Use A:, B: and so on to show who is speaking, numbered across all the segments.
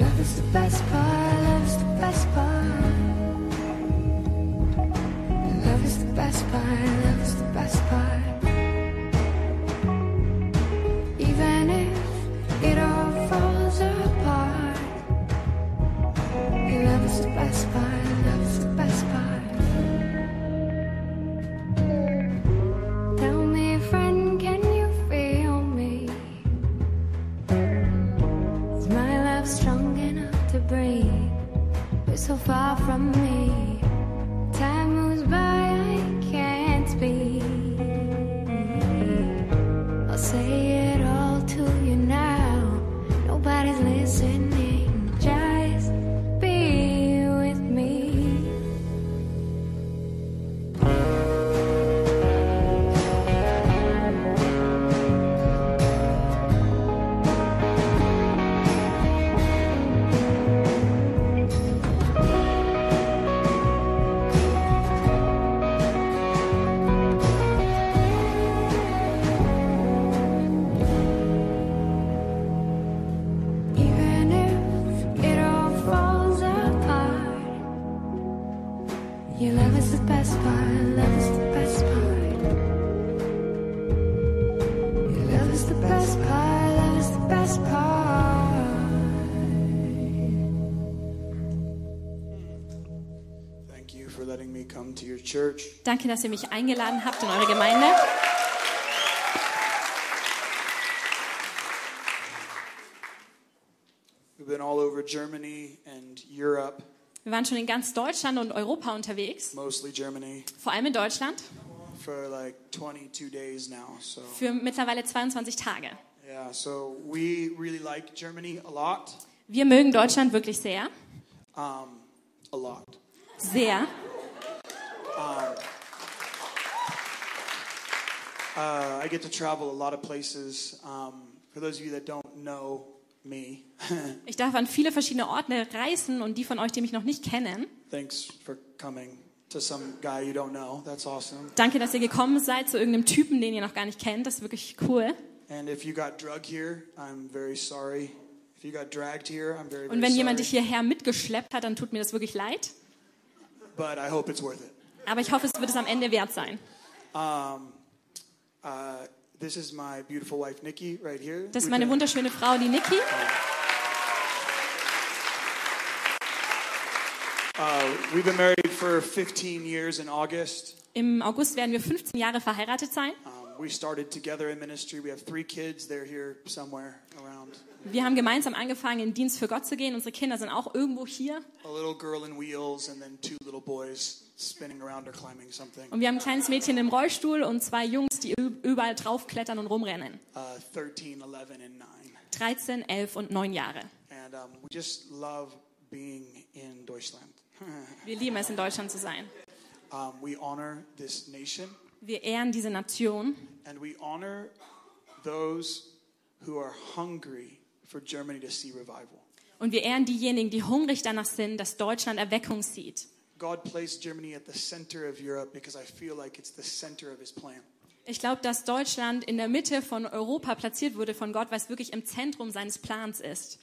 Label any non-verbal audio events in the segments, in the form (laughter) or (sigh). A: Love is the best part, love is the best part. Love is the best part, love is the best part. Even if it all falls apart, love is the best part, love is the best part. Tell me, friend, can you feel me? Is my love strong enough to breathe? You're so far from me. Time moves by, I can't speak. I'll say it all to you now. Nobody's listening. Just be with me. Even if it all falls apart, your love is the best part. Love is the best part. Your love is the best part. Love is the best part.
B: Thank you for letting me come to your church.
C: Danke, dass ihr mich eingeladen habt in eure Gemeinde.
B: We've been all over Germany and Europe,
C: Wir waren schon in ganz Deutschland und Europa unterwegs,
B: mostly Germany,
C: vor allem in Deutschland,
B: for like 22 days now. So,
C: für mittlerweile 22 Tage.
B: yeah, so we really like Germany a lot.
C: Wir mögen Deutschland wirklich sehr,
B: Um, a lot.
C: sehr.
B: Uh, I get to travel a lot of places. Um, for those of you that don't know me, (laughs)
C: Ich darf an viele verschiedene Orte reisen und die von euch, die mich noch nicht kennen,
B: thanks for coming to some guy you don't know. That's awesome.
C: danke, dass ihr gekommen seid zu irgendeinem Typen, den ihr noch gar nicht kennt. Das ist wirklich cool.
B: And if you got drug here, I'm very sorry. If you got dragged here, I'm very, very
C: Und wenn
B: sorry.
C: jemand dich hierher mitgeschleppt hat, dann tut mir das wirklich leid.
B: But I hope it's worth it.
C: Aber ich hoffe, es wird es am Ende wert sein.
B: Uh, this is my beautiful wife, Nikki, right here.
C: Das ist
B: We've
C: meine
B: been-
C: wunderschöne Frau, die Niki.
B: We've been married for 15 years in August.
C: Im August werden wir 15 Jahre verheiratet sein.
B: Um, we started together in ministry. We have three kids. They're here somewhere around.
C: Wir haben gemeinsam angefangen, in Dienst für Gott zu gehen. Unsere Kinder sind auch irgendwo hier.
B: A little girl in wheels and then two little boys spinning around or climbing something.
C: Und wir haben ein kleines Mädchen im Rollstuhl und zwei Jungs, die ü- überall draufklettern und rumrennen.
B: Uh, 13, 11, and 9.
C: 13, 11 und 9 Jahre.
B: And um, we just love being in Deutschland. (laughs)
C: Wir lieben es, in Deutschland zu sein.
B: um, we honor this nation
C: Wir ehren diese Nation
B: and we honor those who are hungry for Germany to see revival.
C: und wir ehren diejenigen, die hungrig danach sind, dass Deutschland Erweckung sieht.
B: God placed Germany at the center of Europe because I feel like it's the center of his plan.
C: Ich glaube, dass Deutschland in der Mitte von Europa platziert wurde von Gott, weil es wirklich im Zentrum seines Plans ist.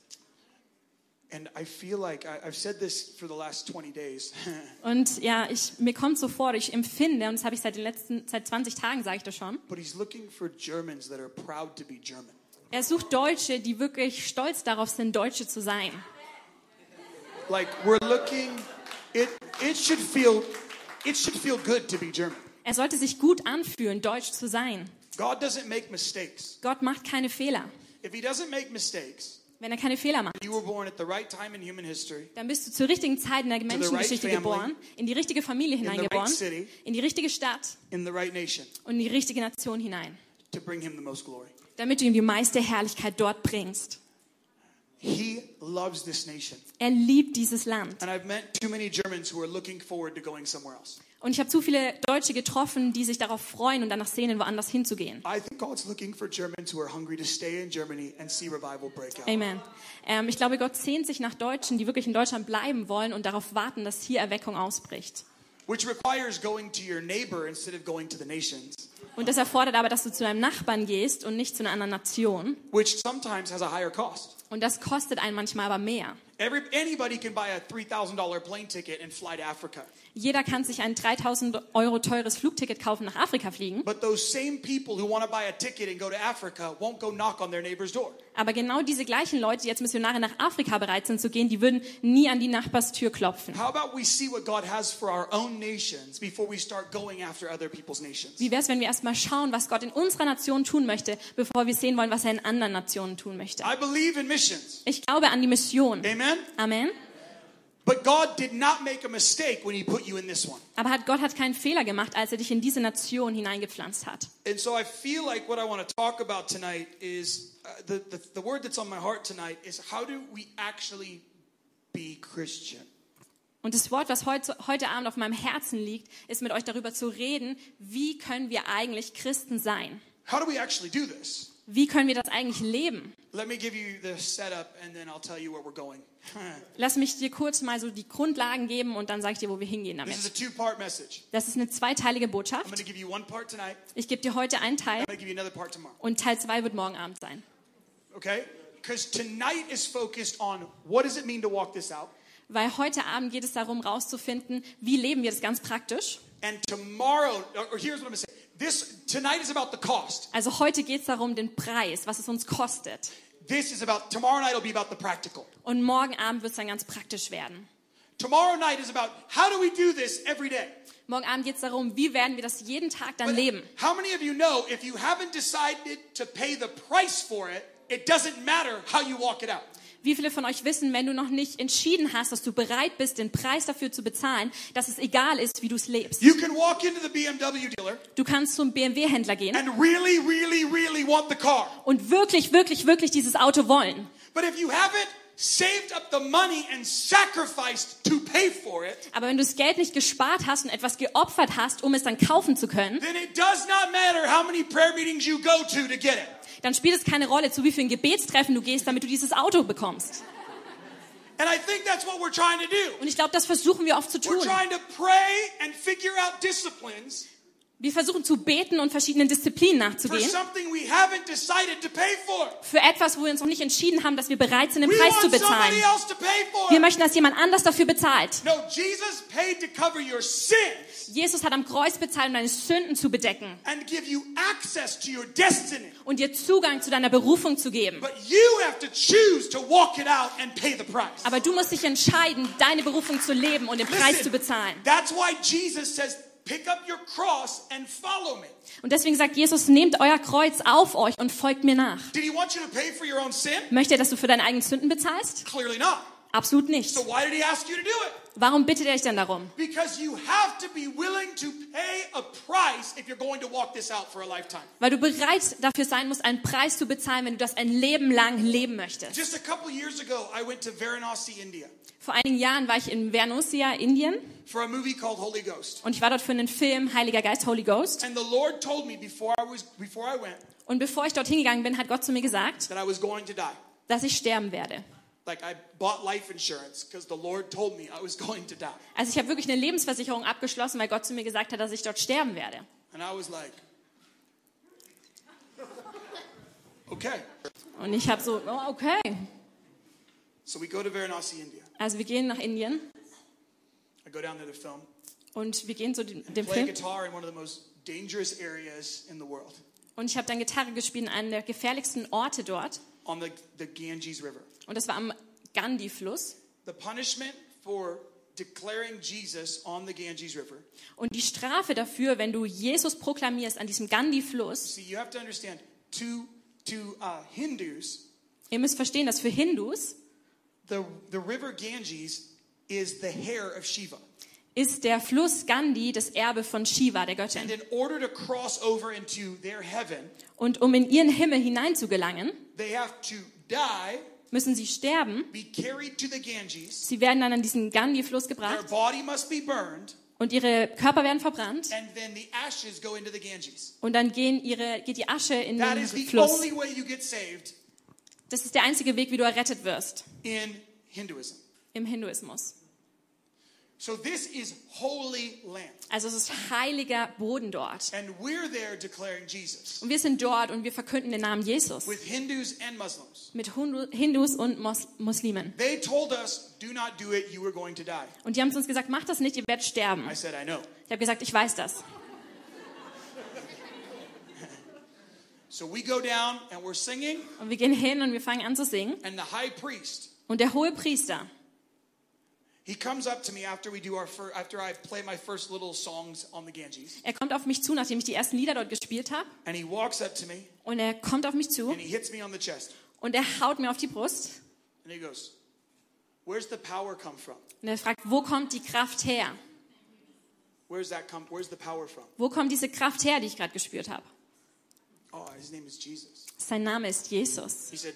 B: And I feel like I, I've said this for the last 20 days, (laughs)
C: Und ja, ich, mir kommt so vor, ich empfinde, und das habe ich seit den letzten, seit 20 Tagen sage ich das schon,
B: but he's looking for Germans that are proud to be German.
C: er sucht Deutsche, die wirklich stolz darauf sind, Deutsche zu sein.
B: Like we're looking, it it should feel, it should feel good to be German.
C: Er sollte sich gut anfühlen, deutsch zu sein.
B: God doesn't make mistakes.
C: Gott macht keine Fehler.
B: If he doesn't make mistakes,
C: Wenn er keine Fehler macht,
B: you were born at the right time in human history.
C: dann bist du zur richtigen Zeit in der Menschengeschichte
B: family.
C: geboren, in die richtige Familie
B: the
C: hineingeboren,
B: right city.
C: in die richtige Stadt
B: in the right nation
C: und in die richtige Nation hinein,
B: to bring him the most glory.
C: damit du ihm die meiste Herrlichkeit dort bringst.
B: He loves this nation.
C: Er liebt dieses Land.
B: And I've met too many Germans who are looking forward to going somewhere else.
C: Und ich habe zu viele Deutsche getroffen, die sich darauf freuen und danach sehnen, woanders hinzugehen.
B: I think God's looking for Germans who are hungry to stay in Germany and see revival break out.
C: Amen. Ähm, ich glaube, Gott sehnt sich nach Deutschen, die wirklich in Deutschland bleiben wollen und darauf warten, dass hier Erweckung ausbricht.
B: Which requires going to your neighbor instead of going to the nations.
C: Und das erfordert aber, dass du zu deinem Nachbarn gehst und nicht zu einer anderen Nation.
B: which sometimes has a higher cost.
C: Und das kostet einen manchmal aber mehr.
B: Every, anybody can buy a $3,000 plane ticket and fly to Africa.
C: Jeder kann sich ein 3000 Euro teures Flugticket kaufen, nach Afrika fliegen.
B: But those same people who want to buy a ticket and go to Africa won't go knock on their neighbor's door.
C: Aber genau diese gleichen Leute, die jetzt Missionare nach Afrika bereit sind zu gehen, die würden nie an die Nachbarstür klopfen.
B: How about we see what God has for our own nations before we start going after other people's nations?
C: Wie wäre es, wenn wir erstmal schauen, was Gott in unserer Nation tun möchte, bevor wir sehen wollen, was er in anderen Nationen tun möchte?
B: I believe in missions.
C: Ich glaube an die Mission.
B: Amen?
C: Amen.
B: But God did not make a mistake when He put you in this one.
C: Aber hat, Gott hat keinen Fehler gemacht, als er dich in diese Nation hineingepflanzt hat.
B: And so I feel like what I want to talk about tonight is uh, the, the, the word that's on my heart tonight is how do we actually be Christian?
C: Und das Wort, was heute, heute Abend auf meinem Herzen liegt, ist mit euch darüber zu reden, wie können wir eigentlich Christen sein?
B: How do we actually do this?
C: Wie können wir das eigentlich leben?
B: Let me give you the setup and then I'll tell you where we're going. (laughs)
C: Lass mich dir kurz mal so die Grundlagen geben und dann sage ich dir, wo wir hingehen
B: this is
C: damit.
B: a two part message.
C: Das ist eine zweiteilige
B: I'm
C: Botschaft.
B: going to give you one part tonight,
C: Ich gebe dir heute einen Teil
B: I'm going to give you another part tomorrow.
C: und Teil zwei wird morgen Abend sein.
B: Okay? Because tonight is focused on what does it mean to walk this out?
C: Weil heute Abend geht es darum, rauszufinden, wie leben wir das ganz praktisch.
B: And tomorrow, or- or here's what I'm going to say. This tonight is about the cost.
C: Also heute geht es darum, den Preis, was es uns kostet.
B: This is about tomorrow night will be about the practical.
C: Und morgen Abend wird es dann ganz praktisch werden.
B: Tomorrow night is about how do we do this every day?
C: Morgen Abend geht es darum, wie werden wir das jeden Tag dann
B: But
C: leben.
B: How many of you know if you haven't decided to pay the price for it, it doesn't matter how you walk it out?
C: Wie viele von euch wissen, wenn du noch nicht entschieden hast, dass du bereit bist, den Preis dafür zu bezahlen, dass es egal ist, wie du es lebst?
B: You can walk into the BMW dealer
C: Du kannst zum BMW-Händler gehen
B: and really, really, really want the car.
C: und wirklich, wirklich, wirklich dieses Auto wollen.
B: But if you haven't saved up the money and sacrificed to pay for it,
C: Aber wenn du das Geld nicht gespart hast und etwas geopfert hast, um es dann kaufen zu können,
B: then it does not matter how many prayer meetings you go to to get it.
C: dann spielt es keine Rolle, zu wie vielen Gebetstreffen du gehst, damit du dieses Auto bekommst.
B: And I think that's what we're trying to do.
C: Und ich glaube, das versuchen wir oft zu
B: We're
C: tun.
B: trying to pray and figure out disciplines
C: Wir versuchen zu beten und verschiedenen Disziplinen
B: for
C: nachzugehen.
B: something we haven't decided to pay for.
C: Für etwas, wo wir uns noch nicht entschieden haben, dass wir bereit sind, den
B: We
C: Preis zu
B: want somebody
C: bezahlen.
B: else to pay for
C: Wir
B: it.
C: möchten, dass jemand anders dafür bezahlt.
B: No, Jesus paid to cover your sins
C: Jesus hat am Kreuz bezahlt, um deine Sünden zu bedecken
B: and give you access to your destiny.
C: und dir Zugang zu deiner Berufung zu geben.
B: But you have to choose to walk it out and pay the price.
C: Aber du musst dich entscheiden, deine Berufung zu leben und den Preis zu bezahlen.
B: That's why Jesus says, pick up your cross and follow me.
C: Und deswegen sagt Jesus, nehmt euer Kreuz auf euch und folgt mir nach.
B: Did he want you to pay for your own sin?
C: Möchte er, dass du für deine eigenen Sünden bezahlst?
B: Clearly not.
C: Absolut nicht.
B: So why did he ask you to do it?
C: Warum bittet er dich dann darum?
B: Because you have to be willing to pay a price if you're going to walk this out for a lifetime.
C: Weil du bereit dafür sein musst, einen Preis zu bezahlen, wenn du das ein Leben lang leben möchtest.
B: Just a couple years ago, I went to Varanasi, India
C: Vor einigen Jahren war ich in Vernosia, Indien,
B: for a movie called Holy Ghost.
C: und ich war dort für einen Film Heiliger Geist, Holy Ghost.
B: And the Lord told me before I was before I went
C: Und bevor ich dort hingegangen bin, hat Gott zu mir gesagt,
B: that I was going to die.
C: dass ich sterben werde.
B: Like I bought life insurance because the Lord told me I was (laughs) going to die.
C: Also ich habe wirklich eine Lebensversicherung abgeschlossen, weil Gott zu mir gesagt hat, dass ich dort sterben werde.
B: And I was like, okay.
C: Und ich habe so, oh, okay.
B: So we go to Varanasi, India.
C: Also wir gehen nach Indien
B: I go down there to film,
C: und wir gehen zu dem, dem
B: play
C: Film.
B: guitar in one of the most dangerous areas in the world
C: Und ich habe dann Gitarre gespielt in einem der gefährlichsten Orte dort.
B: on the, the Ganges River.
C: Und das war am Gandhi-Fluss.
B: The punishment for declaring Jesus on the Ganges River.
C: Und die Strafe dafür, wenn du Jesus proklamierst an diesem Gandhi-Fluss,
B: See, you have to understand, to, to uh, Hindus,
C: ihr müsst verstehen, dass für Hindus
B: the, the river Ganges is the hair of Shiva.
C: ist der Fluss Gandhi das Erbe von Shiva, der
B: And
C: Göttin.
B: in order to cross over into their heaven,
C: Und um in ihren Himmel hineinzugelangen,
B: they have to die,
C: müssen sie sterben.
B: be carried to the Ganges,
C: Sie werden dann an diesen Gandhi-Fluss
B: their
C: gebracht
B: body must be burned,
C: und ihre Körper werden verbrannt.
B: and then the ashes go into the Ganges.
C: Und dann gehen ihre, geht die Asche in
B: That
C: den
B: is the
C: Fluss.
B: only way you get saved
C: Das ist der einzige Weg, wie du errettet wirst
B: in Hinduism.
C: im Hinduismus.
B: So this is holy land.
C: Also es ist heiliger Boden dort.
B: And we're there declaring Jesus
C: Und wir sind dort und wir verkünden den Namen Jesus
B: with Hindus and Muslims.
C: mit Hundu- Hindus und Mos Muslimen.
B: They told us, do not do it, you are going to die.
C: Und die haben zu uns gesagt, macht das nicht, ihr werdet sterben.
B: I
C: Ich
B: said, I know.
C: habe gesagt, ich weiß das.
B: So we go down and we're singing,
C: Und wir gehen hin und wir fangen an zu singen.
B: and the high priest,
C: Und der hohe Priester,
B: he comes up to me after we do our fir- after I play my first little songs on the Ganges,
C: er kommt auf mich zu, nachdem ich die ersten Lieder dort gespielt habe.
B: and he walks up to me
C: Und er kommt auf mich zu
B: and he hits me on the chest,
C: und er haut mir auf die Brust.
B: and he goes, "Where's the power come from?
C: Und er fragt, wo kommt die Kraft her?
B: Where's that come? Where's the power from?
C: Wo kommt diese Kraft her, die ich gerade gespürt habe?
B: Oh, his name is Jesus."
C: Sein Name ist Jesus.
B: He said,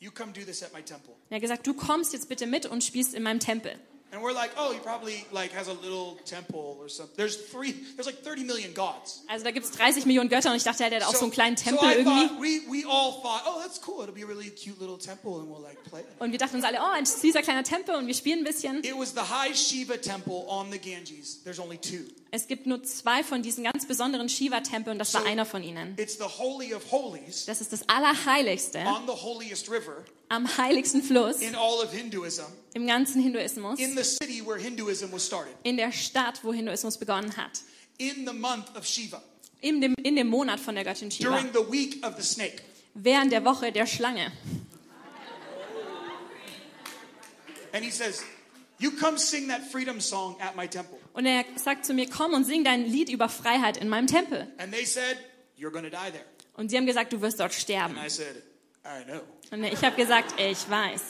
B: "You come do this at my temple."
C: Und er hat gesagt, du kommst jetzt bitte mit und spielst in meinem Tempel.
B: And we're like, "Oh, he probably like has a little temple or something." There's three. There's like 30 million gods.
C: Also da gibt es 30 Millionen Götter und ich dachte, er hätte auch so einen kleinen Tempel
B: so I
C: irgendwie.
B: Thought, we, we all thought, oh, that's cool. It'll be a really cute little temple, and we'll like play. it."
C: Und wir dachten uns alle, oh, ein süßer kleiner Tempel und wir spielen ein bisschen.
B: It was the High Shiva temple on the Ganges. There's only two.
C: Es gibt nur zwei von diesen ganz besonderen Shiva-Tempeln und das war
B: So-
C: einer von ihnen.
B: It's the Holy of Holies
C: Das ist das Allerheiligste
B: on the holiest river
C: am heiligsten Fluss
B: in all of Hinduism,
C: im ganzen Hinduismus,
B: in the city where Hinduism was started,
C: in der Stadt, wo Hinduismus begonnen hat,
B: in the month of Shiva,
C: in dem, in dem Monat von der Göttin Shiva,
B: during the week of the snake.
C: während der Woche der Schlange.
B: And he says, You come sing that freedom song at my temple.
C: Und er sagt zu mir, komm und sing dein Lied über Freiheit in meinem Tempel.
B: And they said, You're going to die there.
C: Und sie haben gesagt, du wirst dort sterben.
B: And I said, I know.
C: Und ich habe gesagt, ich weiß.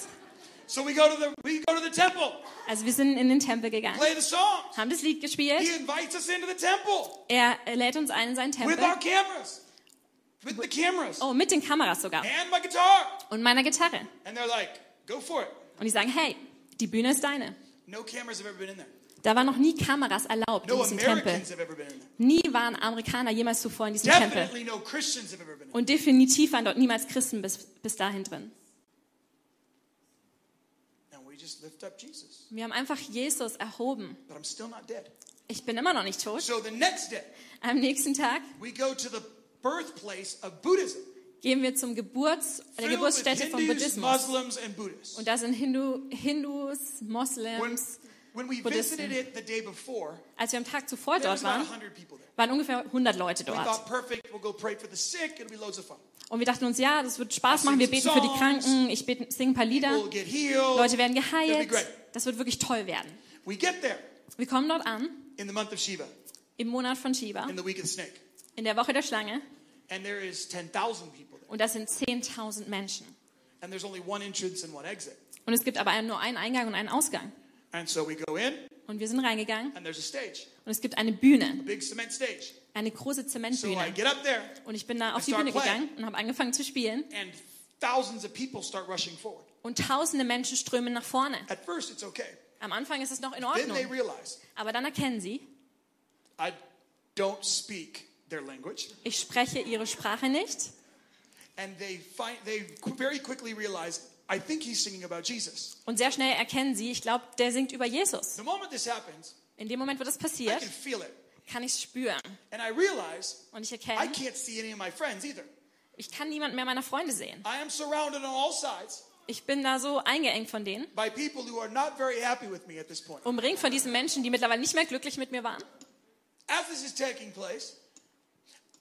B: So we go to the we go to the temple,
C: Also wir sind in den Tempel gegangen,
B: play the song.
C: haben das Lied
B: He
C: gespielt.
B: invites us into the temple
C: Er lädt uns ein in seinen
B: with our
C: Tempel.
B: cameras, with the cameras
C: Oh, mit den Kameras sogar.
B: and my guitar.
C: Und meiner Gitarre.
B: And they're like, go for it.
C: Und die sagen, hey, die Bühne ist deine.
B: No cameras have ever been in there.
C: Da waren noch nie Kameras erlaubt in
B: No
C: diesem Tempel.
B: Americans have ever been in there.
C: Nie waren Amerikaner jemals zuvor in diesem Tempel.
B: Definitely no Christians have ever been in there.
C: Und definitiv waren dort niemals Christen bis, bis dahin drin.
B: And we just lift up Jesus.
C: Wir haben einfach Jesus erhoben.
B: But I'm still not dead.
C: Ich bin immer noch nicht tot.
B: So the next day,
C: Am nächsten Tag
B: we go to the birthplace of Buddhism.
C: gehen wir zum Geburts, der
B: filled with
C: Geburtsstätte vom
B: Hindus,
C: Buddhismus.
B: Muslims, and Buddhists.
C: Und da sind Hindu, Hindus,
B: When,
C: Moslems.
B: when we
C: Buddhisten.
B: visited it the day before,
C: Als wir am Tag zuvor
B: there
C: dort
B: was about
C: waren,
B: 100 people there.
C: waren ungefähr 100 Leute
B: We
C: dort.
B: thought, perfect, we'll go pray for the sick, it'll be loads of fun.
C: Und wir dachten uns, ja, das wird Spaß machen. Wir beten für die Kranken. Ich bete, singe ein paar Lieder.
B: We'll get healed.
C: Leute werden
B: It'll Oh, be
C: geheilt.
B: great.
C: Das wird wirklich toll werden.
B: We get there
C: Wir kommen dort an,
B: in the month of Shiva,
C: im Monat von Shiva,
B: in the week of the snake,
C: in der Woche der Schlange.
B: and there is 10,000 people there.
C: Und das sind 10.000 Menschen.
B: And there's only one entrance and one exit.
C: Und es gibt aber nur einen Eingang und einen Ausgang.
B: And so we go in,
C: Und wir sind reingegangen
B: and there's a stage,
C: und es gibt eine Bühne,
B: a big cement stage.
C: eine große
B: So I
C: Zementbühne.
B: get up there,
C: Und ich bin da auf
B: I
C: die
B: start
C: Bühne
B: playing.
C: gegangen und habe angefangen zu spielen.
B: and thousands of people start rushing forward.
C: Und tausende Menschen strömen nach vorne.
B: At first, it's okay.
C: Am Anfang ist es noch in
B: Then they
C: Ordnung,
B: realize
C: aber dann erkennen sie,
B: I don't speak their language,
C: ich spreche ihre Sprache nicht.
B: and they find they qu- very quickly realize I think he's singing about Jesus.
C: Und sehr schnell erkennen sie, ich glaube, der singt über Jesus.
B: The moment this happens,
C: In dem Moment, wo das
B: I
C: passiert,
B: can feel it,
C: kann ich es spüren.
B: and I realize
C: Und ich
B: I
C: erkenne,
B: can't see any of my friends either.
C: ich kann niemand mehr meiner Freunde sehen.
B: I am surrounded on all sides
C: Ich bin da so eingeengt von denen,
B: by people who are not very happy with me at this point.
C: umringt von diesen Menschen, die mittlerweile nicht mehr glücklich mit mir waren.
B: As this is taking place,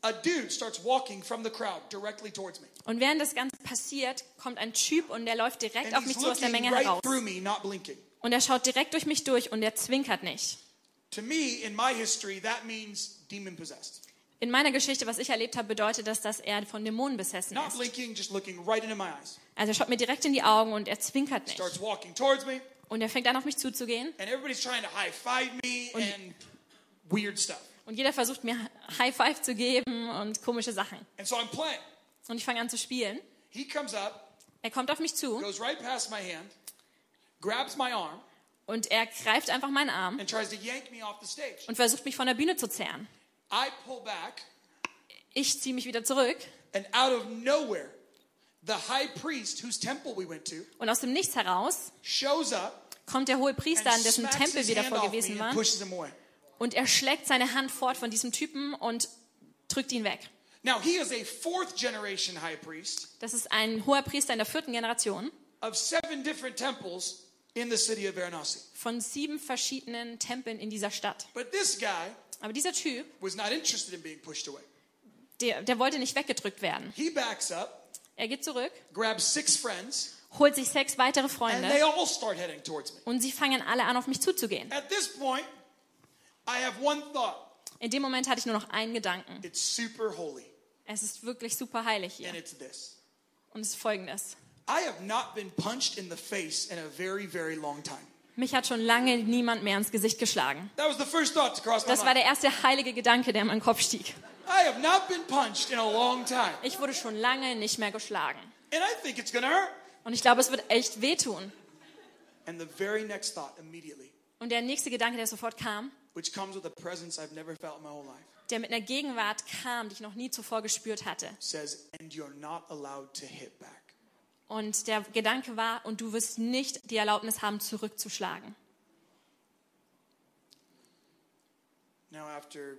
B: a dude starts walking from the crowd directly towards me.
C: Und während das Ganze passiert, kommt ein Typ und der läuft direkt
B: And
C: auf mich
B: he's
C: zu aus der
B: looking
C: Menge
B: right
C: heraus.
B: through me, not blinking.
C: Und er schaut direkt durch mich durch und er zwinkert nicht.
B: To me, in my history, that means demon possessed.
C: In meiner Geschichte, was ich erlebt habe, bedeutet das, dass er von Dämonen besessen
B: Not
C: ist.
B: blinking, just looking right into my eyes.
C: Also er schaut mir direkt in die Augen und er zwinkert nicht.
B: Starts walking towards me,
C: Und er fängt an, auf mich zuzugehen.
B: and everybody's trying to high five me
C: Und-
B: and weird stuff.
C: Und jeder versucht mir High Five zu geben und komische Sachen.
B: And so I'm playing.
C: Und ich fange an zu spielen.
B: He comes up,
C: Er kommt auf mich zu
B: goes right past my hand, grabs my arm,
C: und er greift einfach meinen Arm
B: and tries to yank me off the stage.
C: und versucht mich von der Bühne zu zerren.
B: I pull back,
C: Ich ziehe mich wieder zurück
B: and out of nowhere, the high priest whose temple we went to
C: und aus dem Nichts heraus
B: shows up
C: kommt der hohe Priester an
B: and
C: dessen
B: smacks
C: Tempel
B: his
C: wir
B: hand
C: davor
B: off me
C: gewesen
B: and
C: waren
B: pushes him away.
C: und er schlägt seine Hand fort von diesem Typen und drückt ihn weg.
B: Now he is a fourth generation high priest
C: Das ist ein hoher Priester in der vierten Generation
B: of seven different temples in the city of Varanasi.
C: von sieben verschiedenen Tempeln in dieser Stadt.
B: But this guy
C: Aber dieser Typ,
B: was not interested in being pushed away.
C: der, der wollte nicht weggedrückt werden.
B: He backs up,
C: Er geht zurück,
B: grabs six friends,
C: holt sich sechs weitere
B: and they
C: Freunde
B: all start heading towards me.
C: und sie fangen alle an, auf mich zuzugehen.
B: At this point, I have one thought.
C: In dem Moment hatte ich nur noch einen Gedanken.
B: It's super holy,
C: Es ist wirklich super heilig hier.
B: and it's this.
C: Und es ist folgendes.
B: I have not been punched in the face in a very, very long time.
C: Mich hat schon lange niemand mehr ins Gesicht geschlagen.
B: That was the first thought to cross my
C: Das war
B: mind.
C: der erste heilige Gedanke, der in meinen Kopf stieg.
B: I have not been punched in a long time,
C: Ich wurde schon lange nicht mehr geschlagen.
B: and I think it's gonna hurt.
C: Und ich glaube, es wird echt wehtun.
B: And the very next thought immediately,
C: Und der nächste Gedanke, der sofort kam,
B: which comes with a presence I've never felt in my whole life,
C: der mit einer Gegenwart kam, die ich noch nie zuvor gespürt hatte.
B: says, "And you're not allowed to hit back."
C: Und der Gedanke war, und du wirst nicht die Erlaubnis haben, zurückzuschlagen.
B: Now, after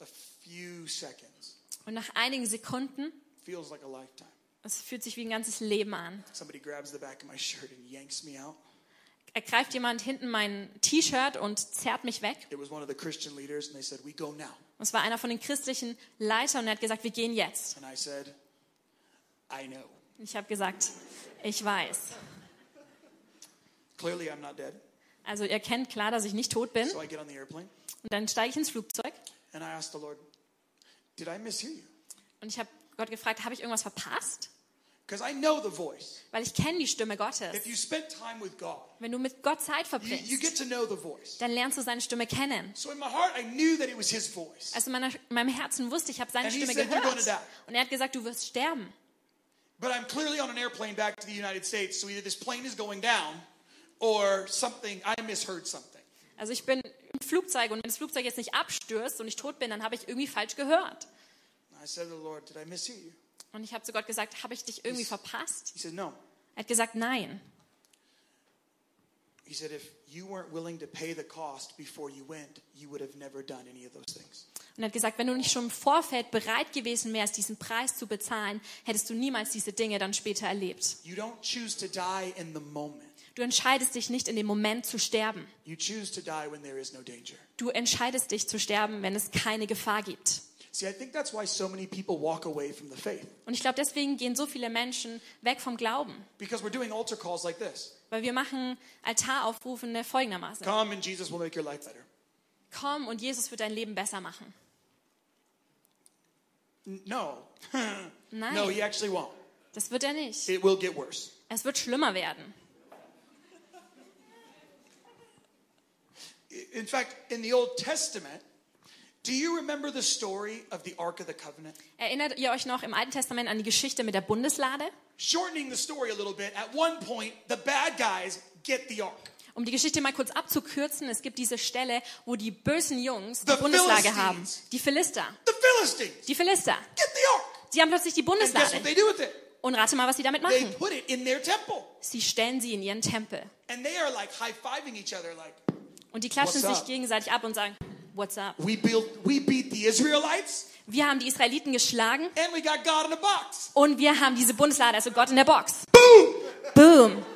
B: a few seconds,
C: Und nach einigen Sekunden,
B: feels like a lifetime.
C: es fühlt sich wie ein ganzes Leben an,
B: Somebody grabs the back of my shirt and yanks me out.
C: ergreift jemand hinten mein T-Shirt und zerrt mich weg.
B: It was one of the Christian leaders, and they said, "We go now."
C: Und es war einer von den christlichen Leitern und er hat gesagt, wir gehen jetzt.
B: And I said, "I know.
C: Und Ich habe gesagt, ich weiß.
B: Clearly, I'm not dead."
C: Also ihr kennt klar, dass ich nicht tot bin.
B: So I get on the airplane
C: Und dann steige ich ins Flugzeug
B: and I asked the Lord, "Did I mishear you?"
C: und ich habe Gott gefragt, habe ich irgendwas verpasst?
B: Because I know the voice.
C: Weil ich kenne die Stimme Gottes.
B: If you spent time with God,
C: Wenn du mit Gott Zeit
B: you, you
C: verbringst,
B: get to know the voice.
C: dann lernst du seine Stimme kennen.
B: So in my heart, I knew that it was His voice.
C: Also in meiner, in meinem Herzen wusste ich, ich habe seine
B: And he
C: Stimme
B: said, "You're
C: gehört.
B: gonna die."
C: Und er hat gesagt, du wirst sterben.
B: But I'm clearly on an airplane back to the United States, so either this plane is going down or something, I misheard something.
C: Also ich bin im Flugzeug und wenn das Flugzeug jetzt nicht abstürzt und ich tot bin, dann habe ich irgendwie falsch gehört.
B: I said to the Lord, Did I mishear you?
C: Und ich habe zu Gott gesagt, habe ich dich irgendwie verpasst?
B: He said, No.
C: Er hat gesagt, nein.
B: He said, If you weren't willing to pay the cost before you went, you would have never done any of those things.
C: Und er hat gesagt, wenn du nicht schon im Vorfeld bereit gewesen wärst, diesen Preis zu bezahlen, hättest du niemals diese Dinge dann später erlebt.
B: You don't choose to die in the moment,
C: Du entscheidest dich nicht in dem Moment zu sterben.
B: you choose to die when there is no danger.
C: Du entscheidest dich zu sterben, wenn es keine Gefahr gibt.
B: See, I think that's why so many people walk away from the faith
C: Und ich glaube, deswegen gehen so viele Menschen weg vom Glauben,
B: because we're doing altar calls like this.
C: weil wir machen Altaraufrufende folgendermaßen.
B: Come and Jesus will make your life better.
C: Komm und Jesus wird dein Leben besser machen.
B: N- No.
C: Nein,
B: No, he actually won't.
C: das wird er nicht.
B: It will get worse.
C: Es wird schlimmer werden.
B: I- In fact, in the Old Testament, do you remember the story of the Ark of the Covenant?
C: Erinnert ihr euch noch im Alten Testament an die Geschichte mit der Bundeslade?
B: Shortening the story a little bit, at one point, the bad guys get the Ark.
C: Um die Geschichte mal kurz abzukürzen, es gibt diese Stelle, wo die bösen Jungs die
B: The
C: Bundeslade
B: Philistines.
C: haben. Die Philister.
B: The Philistines
C: Die Philister.
B: get the Ark.
C: Die haben plötzlich die
B: And guess what
C: Bundeslade.
B: they do with it?
C: Und rate mal, was sie damit
B: They
C: machen.
B: put it in their temple.
C: Sie stellen sie in ihren Tempel.
B: And they are like high fiving each other, like,
C: Und die klatschen
B: What's
C: sich
B: up?
C: gegenseitig ab und sagen, what's up?
B: we, built, we beat the Israelites
C: Wir haben die Israeliten geschlagen
B: and we got God in a box.
C: und wir haben diese Bundeslade, also Gott in der Box. Boom! Boom!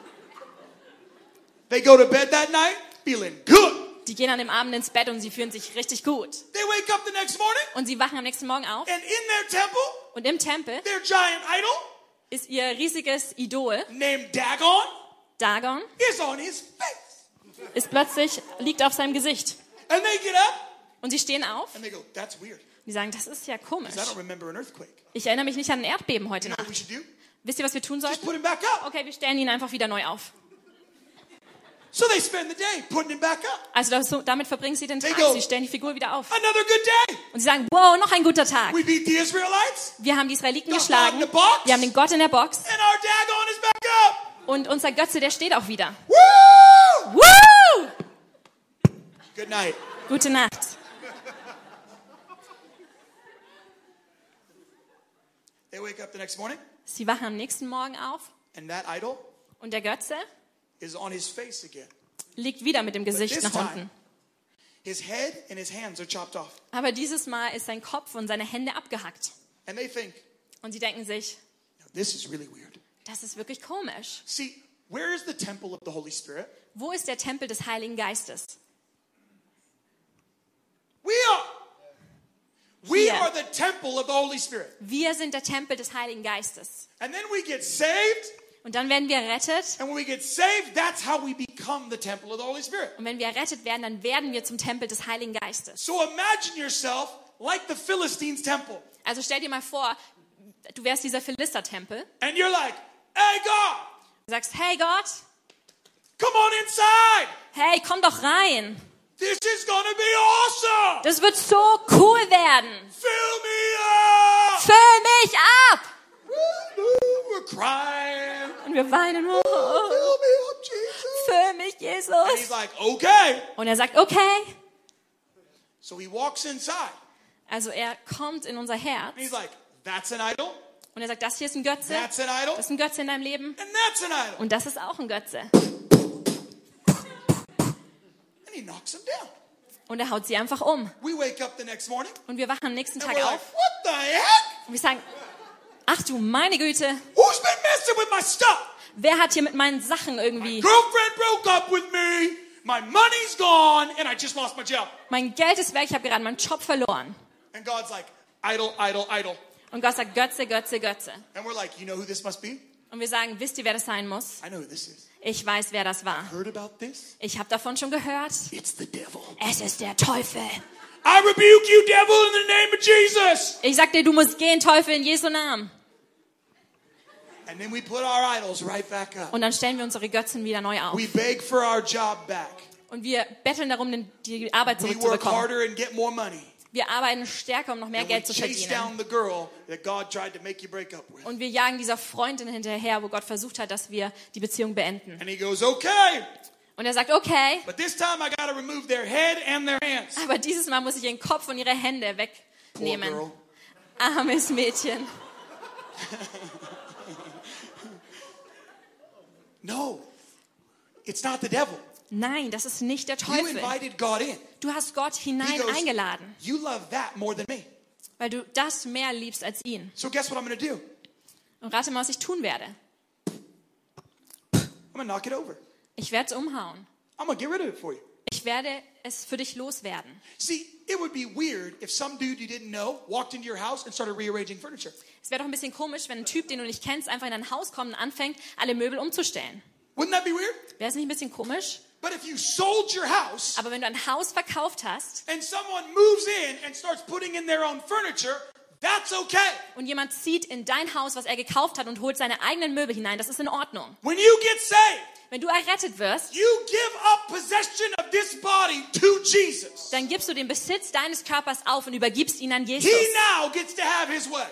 B: They go to bed that night feeling good.
C: Die gehen an dem Abend ins Bett und sie fühlen sich richtig gut.
B: They wake up the next morning
C: Und sie wachen am nächsten Morgen auf
B: and in their temple,
C: und im Tempel
B: their giant idol
C: ist ihr riesiges Idol,
B: named Dagon
C: Dagon,
B: is on his face.
C: ist plötzlich, liegt auf seinem Gesicht.
B: And they get up
C: Und sie stehen auf und
B: and they go, that's weird
C: die sagen, das ist ja komisch.
B: because I don't remember an earthquake.
C: Ich erinnere mich nicht an ein Erdbeben heute
B: You know
C: Nacht.
B: what we should do?
C: Wisst ihr, was wir tun
B: Just
C: sollten?
B: put him back up.
C: Okay, wir stellen ihn einfach wieder neu auf.
B: So they spend the day putting him back up.
C: Also das, so- damit verbringen sie den
B: They
C: Tag.
B: go.
C: Sie stellen die Figur wieder auf.
B: Another good day.
C: Und sie sagen, wow, noch ein guter Tag.
B: We beat the Israelites
C: Wir haben die Israeliten
B: Doch,
C: geschlagen.
B: in the box?
C: Wir haben den Gott in der Box.
B: and our Dagon is back up.
C: Und unser Götze, der steht auch wieder.
B: Woo!
C: Woo!
B: Good night.
C: Gute Nacht.
B: They wake up the next morning
C: Sie wachen am nächsten Morgen auf
B: and that idol
C: und der Götze
B: is on his face again.
C: liegt wieder mit dem Gesicht
B: this
C: nach
B: time,
C: unten.
B: his head and his hands are chopped off.
C: Aber dieses Mal ist sein Kopf und seine Hände abgehackt.
B: And they think,
C: Und sie denken sich,
B: "Now, this is really weird.
C: das ist wirklich komisch.
B: See, where is the temple of the Holy Spirit?
C: Wo ist der Tempel des Heiligen Geistes?
B: We are. We
C: Here.
B: are the temple of the Holy Spirit.
C: Wir sind der Tempel des Heiligen Geistes.
B: And then we get saved.
C: Und dann werden wir errettet.
B: And when we get saved, that's how we become the temple of the Holy Spirit.
C: Und wenn wir errettet werden, dann werden wir zum Tempel des Heiligen Geistes.
B: So imagine yourself like the Philistines' temple.
C: Also stell dir mal vor, du wärst dieser Philistertempel.
B: And you're like, hey, God,
C: Du sagst, hey Gott,
B: come on inside.
C: hey, komm doch rein.
B: This is going to be awesome.
C: Das wird so cool werden.
B: Fill me
C: (laughs)
B: up.
C: Füll mich ab.
B: Woo-hoo, We're crying.
C: Und wir weinen.
B: Fill
C: Oh,
B: me up, Jesus.
C: füll mich,
B: And he's
C: Jesus.
B: like, okay.
C: Und er sagt, okay.
B: So he walks inside.
C: Also er kommt in unser
B: And he's
C: Herz.
B: like, that's an idol.
C: Und er sagt, das hier ist ein Götze.
B: That's an idol.
C: Das ist ein Götze in deinem Leben.
B: And that's an idol.
C: Und das ist auch ein Götze.
B: And he knocks him down.
C: Und er haut sie einfach um.
B: We wake up the next morning.
C: Und wir wachen am nächsten
B: And
C: Tag
B: we're like,
C: auf
B: what the heck?
C: und wir sagen, ach du meine Güte,
B: Who's been messing with my stuff?
C: wer hat hier mit meinen Sachen irgendwie,
B: Girlfriend broke up with me. My money's gone, and I just lost my job.
C: mein Geld ist weg, ich habe gerade meinen Job verloren.
B: And God's like, idle, idle, idle.
C: Und Gott sagt, Götze, Götze, Götze.
B: And we're like, you know who this must be?
C: Und wir sagen, wisst ihr, wer das sein muss?
B: I know who this is.
C: Ich weiß, wer das war.
B: Heard about this?
C: Ich habe davon schon gehört.
B: It's the devil.
C: Es ist der Teufel.
B: I rebuke you, devil, in the name of Jesus.
C: Ich sag dir, du musst gehen, Teufel, in Jesu Namen.
B: And then we put our idols right back up.
C: Und dann stellen wir unsere Götzen wieder neu auf.
B: We beg for our job back.
C: Und wir betteln darum, den- die Arbeit
B: We work
C: zurückzubekommen.
B: harder and get more money.
C: Wir arbeiten stärker, um noch mehr
B: And we
C: Geld zu
B: chase down
C: verdienen.
B: the girl that God tried to make you break up with.
C: Und wir jagen dieser Freundin hinterher, wo Gott versucht hat, dass wir die Beziehung beenden.
B: And he goes, okay,
C: Und er sagt, okay,
B: but this time I gotta remove their head and their hands.
C: aber dieses Mal muss ich ihren Kopf und ihre Hände
B: Poor
C: wegnehmen.
B: girl.
C: Armes Mädchen.
B: No, it's not the devil.
C: Nein, das ist nicht der
B: You
C: Teufel.
B: invited God in.
C: Du hast Gott
B: He
C: hinein
B: goes,
C: eingeladen,
B: You love that more than me.
C: weil du das mehr liebst als ihn.
B: So guess what I'm going to do? I'm
C: Und rate mal, was ich tun werde.
B: going to knock it over.
C: Ich werde es umhauen.
B: I'm going to get rid of it for you.
C: Ich werde es für dich loswerden.
B: See, it would be weird if some dude you didn't know walked into your house and started rearranging furniture.
C: Es wäre doch ein bisschen komisch, wenn ein Typ, den du nicht kennst, einfach in dein Haus kommt und anfängt, alle Möbel umzustellen.
B: Wouldn't that be weird?
C: Wäre es nicht ein bisschen komisch?
B: But if you sold your house
C: Aber wenn du ein Haus verkauft hast,
B: and someone moves in and starts putting in their own furniture, that's okay.
C: und jemand zieht in dein Haus, was er gekauft hat und holt seine eigenen Möbel hinein, das ist in Ordnung.
B: When you get saved,
C: Wenn du errettet wirst,
B: you give up possession of this body to Jesus.
C: dann gibst du den Besitz deines Körpers auf und übergibst ihn an Jesus.
B: He now gets to have his way.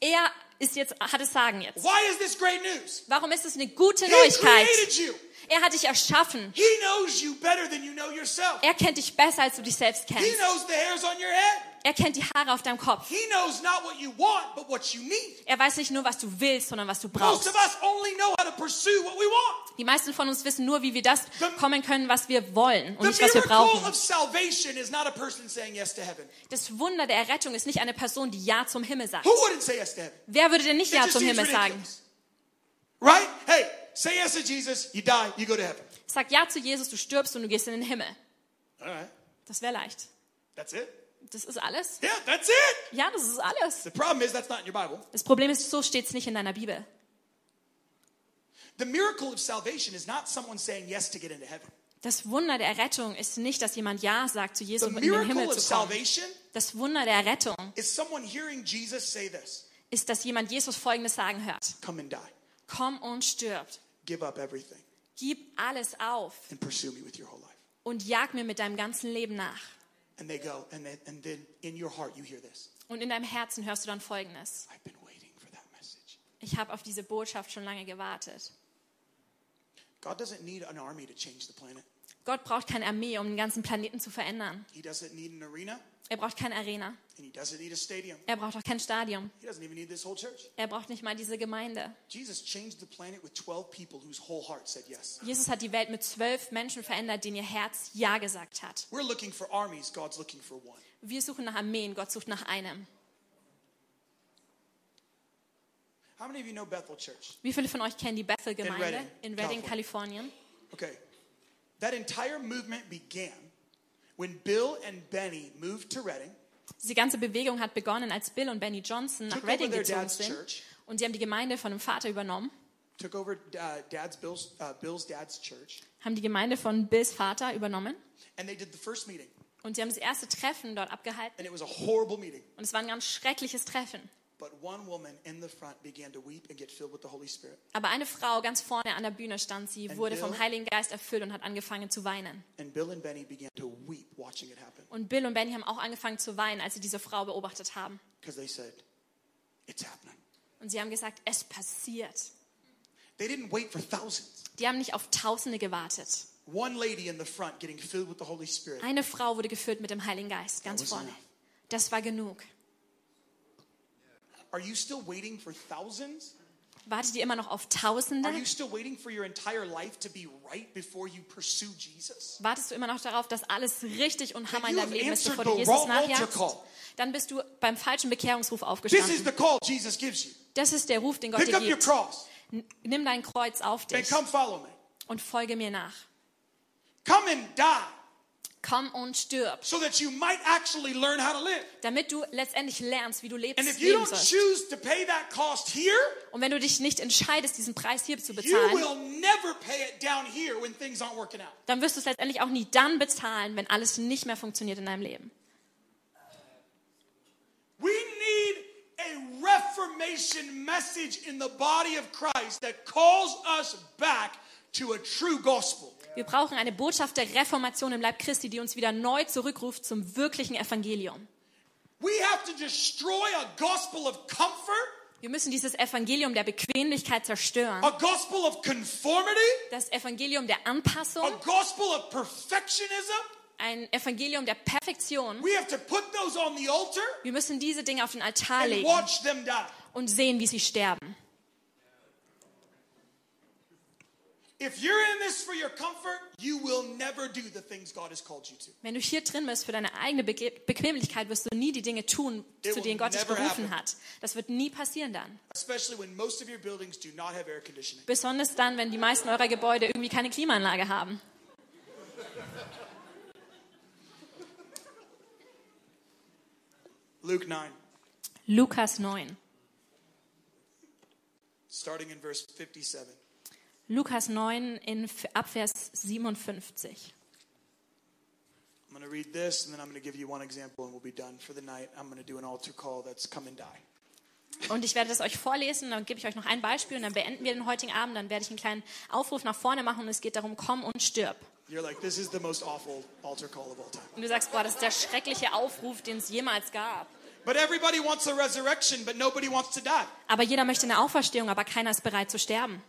C: Er ist jetzt, hat es sagen jetzt.
B: Why is this great news?
C: Warum ist es eine gute
B: He
C: Neuigkeit?
B: created you.
C: Er hat dich erschaffen.
B: He knows you better than you know yourself.
C: Er kennt dich besser, als du dich selbst
B: He
C: kennst.
B: knows the hairs on your head.
C: Er kennt die Haare auf deinem Kopf.
B: He knows not what you want, but what you need.
C: Er weiß nicht nur, was du willst, sondern was du
B: Most
C: brauchst.
B: of us only know how to pursue what we want.
C: Die meisten von uns wissen nur, wie wir das
B: The-
C: kommen können, was wir wollen und
B: The
C: nicht, was wir
B: miracle
C: brauchen.
B: of salvation is not a person saying yes to heaven.
C: Das Wunder der Errettung ist nicht eine Person, die Ja zum Himmel sagt.
B: Who wouldn't say yes to heaven?
C: Wer würde denn nicht
B: It
C: Ja
B: just
C: zum
B: seems
C: Himmel sagen?
B: ridiculous. Right? Hey, say yes to Jesus, you die, you go to heaven.
C: Sag Ja zu Jesus, du stirbst und du gehst in den Himmel.
B: All right.
C: Das wäre leicht.
B: That's it.
C: Das ist alles.
B: Yeah, that's it.
C: Ja, das ist alles.
B: The problem is that's not in your Bible.
C: Das Problem ist, so steht es nicht in deiner Bibel.
B: The miracle of salvation is not someone saying yes to get into heaven.
C: Das Wunder der Errettung ist nicht, dass jemand Ja sagt zu Jesus,
B: The
C: um in den
B: miracle
C: Himmel
B: of
C: zu kommen.
B: salvation
C: Das Wunder der Errettung
B: is someone hearing Jesus say this
C: ist, dass jemand Jesus Folgendes sagen hört.
B: Come and die.
C: Komm und stirb.
B: Give up everything
C: Gib alles auf
B: and pursue me with your whole life.
C: und jag mir mit deinem ganzen Leben nach.
B: And they go, and then, and then in your heart you hear this
C: Und in deinem Herzen hörst du dann Folgendes.
B: I've been waiting for that message.
C: Ich habe auf diese Botschaft schon lange gewartet.
B: God doesn't need an army to change the planet.
C: Gott braucht keine Armee, um den ganzen Planeten zu verändern.
B: He doesn't need an arena,
C: Er braucht keine Arena.
B: and he doesn't need a stadium.
C: Er braucht auch kein Stadion.
B: He doesn't even need this whole church.
C: Er braucht nicht mal diese Gemeinde.
B: Jesus changed the planet with 12 people whose whole heart said yes.
C: Jesus hat die Welt mit zwölf Menschen verändert, denen ihr Herz Ja gesagt hat.
B: We're looking for armies, God's looking for one.
C: Wir suchen nach Armeen, Gott sucht nach einem.
B: How many of you know Bethel Church?
C: Wie viele von euch kennen die Bethel-Gemeinde
B: In
C: in
B: Redding,
C: Redding, Kalifornien?
B: Okay. That entire movement began when Bill and Benny moved to Reading,
C: Diese ganze Bewegung hat begonnen, als Bill und Benny Johnson nach
B: Took over
C: Redding
B: their
C: gezogen
B: dad's
C: sind.
B: church.
C: Und sie haben die Gemeinde von dem Vater übernommen,
B: took over uh, Dad's Bill's, uh, Bill's dad's church,
C: haben die Gemeinde von Bills Vater übernommen.
B: and they did the first meeting.
C: Und sie haben das erste Treffen dort abgehalten.
B: And it was a horrible meeting.
C: Und es war ein ganz schreckliches Treffen.
B: But one woman in the front began to weep and get filled with the Holy Spirit.
C: Aber eine Frau ganz vorne an der Bühne stand, sie
B: And
C: wurde
B: Bill?
C: vom Heiligen Geist erfüllt und hat angefangen zu weinen.
B: And Bill and Benny began to weep watching it happen
C: Und Bill und Benny haben auch angefangen zu weinen, als sie diese Frau beobachtet haben.
B: because they said, It's happening.
C: Und sie haben gesagt, es passiert.
B: They didn't wait for thousands.
C: Die haben nicht auf Tausende gewartet.
B: One lady in the front getting filled with the Holy Spirit.
C: Eine Frau wurde gefüllt mit dem Heiligen Geist, ganz
B: was
C: vorne.
B: enough.
C: Das war genug.
B: Are you still waiting for thousands?
C: Wartet ihr immer noch auf
B: Are
C: Tausende?
B: you still waiting for your entire life to be right before you pursue Jesus?
C: Wartest du immer noch darauf, dass alles richtig und Hammer in
B: you
C: deinem
B: have
C: Leben ist,
B: answered
C: bevor
B: the
C: du Jesus
B: wrong
C: nachjagst?
B: altar call.
C: Dann bist du beim falschen Bekehrungsruf
B: This is
C: aufgestanden.
B: the call Jesus gives you.
C: Das ist der Ruf, den Gott
B: Pick
C: dir
B: up your
C: gibt.
B: cross
C: N- Nimm dein Kreuz auf
B: and
C: dich
B: come follow me.
C: und folge mir nach.
B: Come and die
C: Komm und stirb,
B: so that you might actually learn how to live.
C: damit du letztendlich lernst, wie du
B: And
C: lebst,
B: if you
C: leben
B: don't
C: sollst.
B: choose to pay that cost here,
C: Und wenn du dich nicht entscheidest, diesen Preis hier zu
B: you
C: bezahlen,
B: will never pay it down here when things aren't working out.
C: dann wirst du es letztendlich auch nie dann bezahlen, wenn alles nicht mehr funktioniert in deinem Leben.
B: We need a reformation message in the body of Christ that calls us back to a true gospel.
C: Wir brauchen eine Botschaft der Reformation im Leib Christi, die uns wieder neu zurückruft zum wirklichen Evangelium.
B: We have to destroy a gospel of comfort,
C: Wir müssen dieses Evangelium der Bequemlichkeit zerstören,
B: a gospel of conformity,
C: das Evangelium der
B: a
C: Anpassung,
B: gospel of perfectionism.
C: ein Evangelium der Perfektion.
B: We have to put those on the altar
C: Wir müssen diese Dinge auf den Altar
B: and
C: legen
B: watch them die.
C: und sehen, wie sie sterben.
B: If you're in this for your comfort, you will never do the things God has called you to.
C: Wenn du hier drin bist für deine eigene Bege Bequemlichkeit, wirst du nie die Dinge tun,
B: It
C: zu
B: will
C: denen Gott dich
B: never
C: berufen
B: happen.
C: hat. Das wird nie passieren dann.
B: Especially when most of your buildings do not have air conditioning.
C: Besonders dann, wenn die meisten eurer Gebäude irgendwie keine Klimaanlage haben.
B: Luke 9,
C: Lukas 9.
B: starting in verse 57.
C: Lukas 9 in Abvers 57.
B: I'm going to read this and then I'm going to give you one example and we'll be done for the night. I'm going to do an altar call that's come and die.
C: Und ich werde das euch vorlesen, dann gebe ich euch noch ein Beispiel und dann beenden wir den heutigen Abend. Dann werde ich einen kleinen Aufruf nach vorne machen und es geht darum, komm und stirb.
B: You're like, this is the most awful altar call of all time.
C: Und du sagst, boah, das ist der schreckliche Aufruf, den es jemals gab.
B: But everybody wants a resurrection, but nobody wants to die.
C: Aber jeder möchte eine Auferstehung, aber keiner ist bereit zu sterben.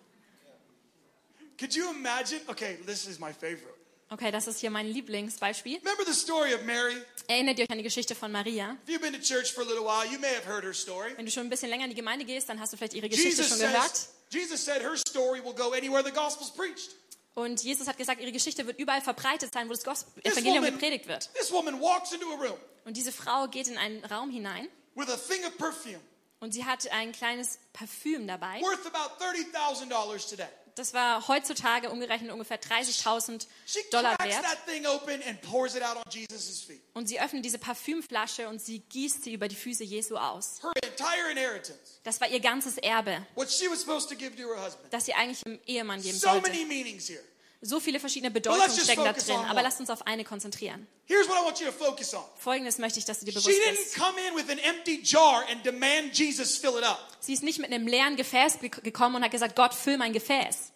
B: Could you imagine? Okay, this is my favorite.
C: Okay, das ist hier mein Lieblingsbeispiel.
B: Remember the story of Mary? If
C: Erinnert ihr euch an die Geschichte von Maria?
B: you've been to church for a little while, you may have heard her story.
C: Wenn du schon ein bisschen länger in die Gemeinde gehst, dann hast du vielleicht ihre Geschichte
B: Jesus
C: schon gehört.
B: says, Jesus said her story will go anywhere the gospel's preached.
C: Und Jesus hat gesagt, ihre Geschichte wird überall verbreitet sein, wo das Gospel
B: This
C: Evangelium
B: woman-
C: gepredigt wird.
B: This woman walks into a room
C: Und diese Frau geht in einen Raum hinein
B: with a thing of perfume
C: und sie hat ein kleines Parfüm dabei.
B: worth about $30,000 today.
C: Das war heutzutage umgerechnet ungefähr 30.000
B: She
C: Dollar
B: cracks
C: wert.
B: that thing open and pours it out on Jesus' feet.
C: Und sie öffnet diese Parfümflasche und sie gießt sie über die Füße Jesu aus.
B: Her entire inheritance,
C: Das war ihr ganzes Erbe,
B: what she was supposed to give to her husband.
C: das sie eigentlich dem Ehemann geben
B: So
C: sollte.
B: many meanings here.
C: So viele verschiedene
B: Well,
C: Bedeutungen
B: let's just
C: stecken da
B: focus
C: drin,
B: on
C: aber
B: one.
C: lasst uns auf eine konzentrieren.
B: Here's what I want you to focus on.
C: Folgendes möchte ich, dass du dir
B: She
C: bewusst
B: didn't
C: bist.
B: come in with an empty jar and demand Jesus fill it up.
C: Sie ist nicht mit einem leeren Gefäß gek- gekommen und hat gesagt, Gott, füll mein Gefäß.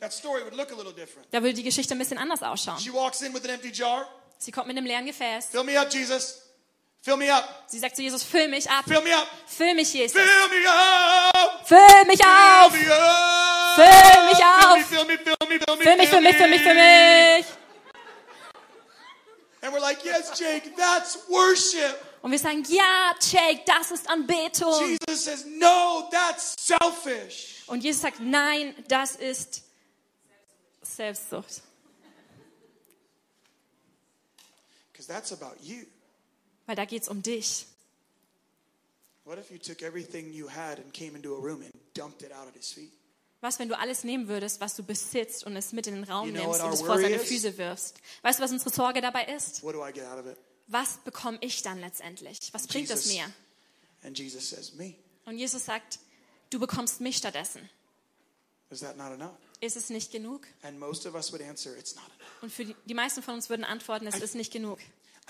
B: That story would look a little different.
C: Da würde die Geschichte ein bisschen anders ausschauen.
B: She walks in with an empty jar.
C: Sie kommt mit einem leeren Gefäß.
B: Fill me up, Jesus. Fill me up.
C: Sie sagt zu Jesus, füll mich ab.
B: Fill me up.
C: Füll mich, Jesus.
B: Fill me up.
C: Füll mich
B: Fill
C: auf.
B: me up.
C: Füll mich auf.
B: Fill me, fill me, fill me,
C: Für mich, für mich, für mich, für mich.
B: And we're like, yes, Jake, that's worship.
C: Und wir sagen, ja, Jake, das ist Anbetung.
B: Jesus says, no, that's selfish.
C: Und Jesus sagt, nein, das ist Selbstsucht.
B: Because that's about you.
C: Weil da geht's um dich.
B: What if you took everything you had and came into a room and dumped it out at his feet?
C: Was, wenn du alles nehmen würdest, was du besitzt und es mit in den Raum
B: You know
C: nimmst
B: what
C: und
B: our
C: es vor seine
B: worry is?
C: Füße wirfst? Weißt du, was unsere Sorge dabei ist?
B: What do I get out of it?
C: Was bekomme ich dann letztendlich? Was bringt es
B: Jesus.
C: mir?
B: And Jesus says, me.
C: Und Jesus sagt, du bekommst mich stattdessen.
B: Is that not enough?
C: Ist es nicht genug?
B: And most of us would answer, it's not enough.
C: Und für die, die meisten von uns würden antworten, es ist nicht genug.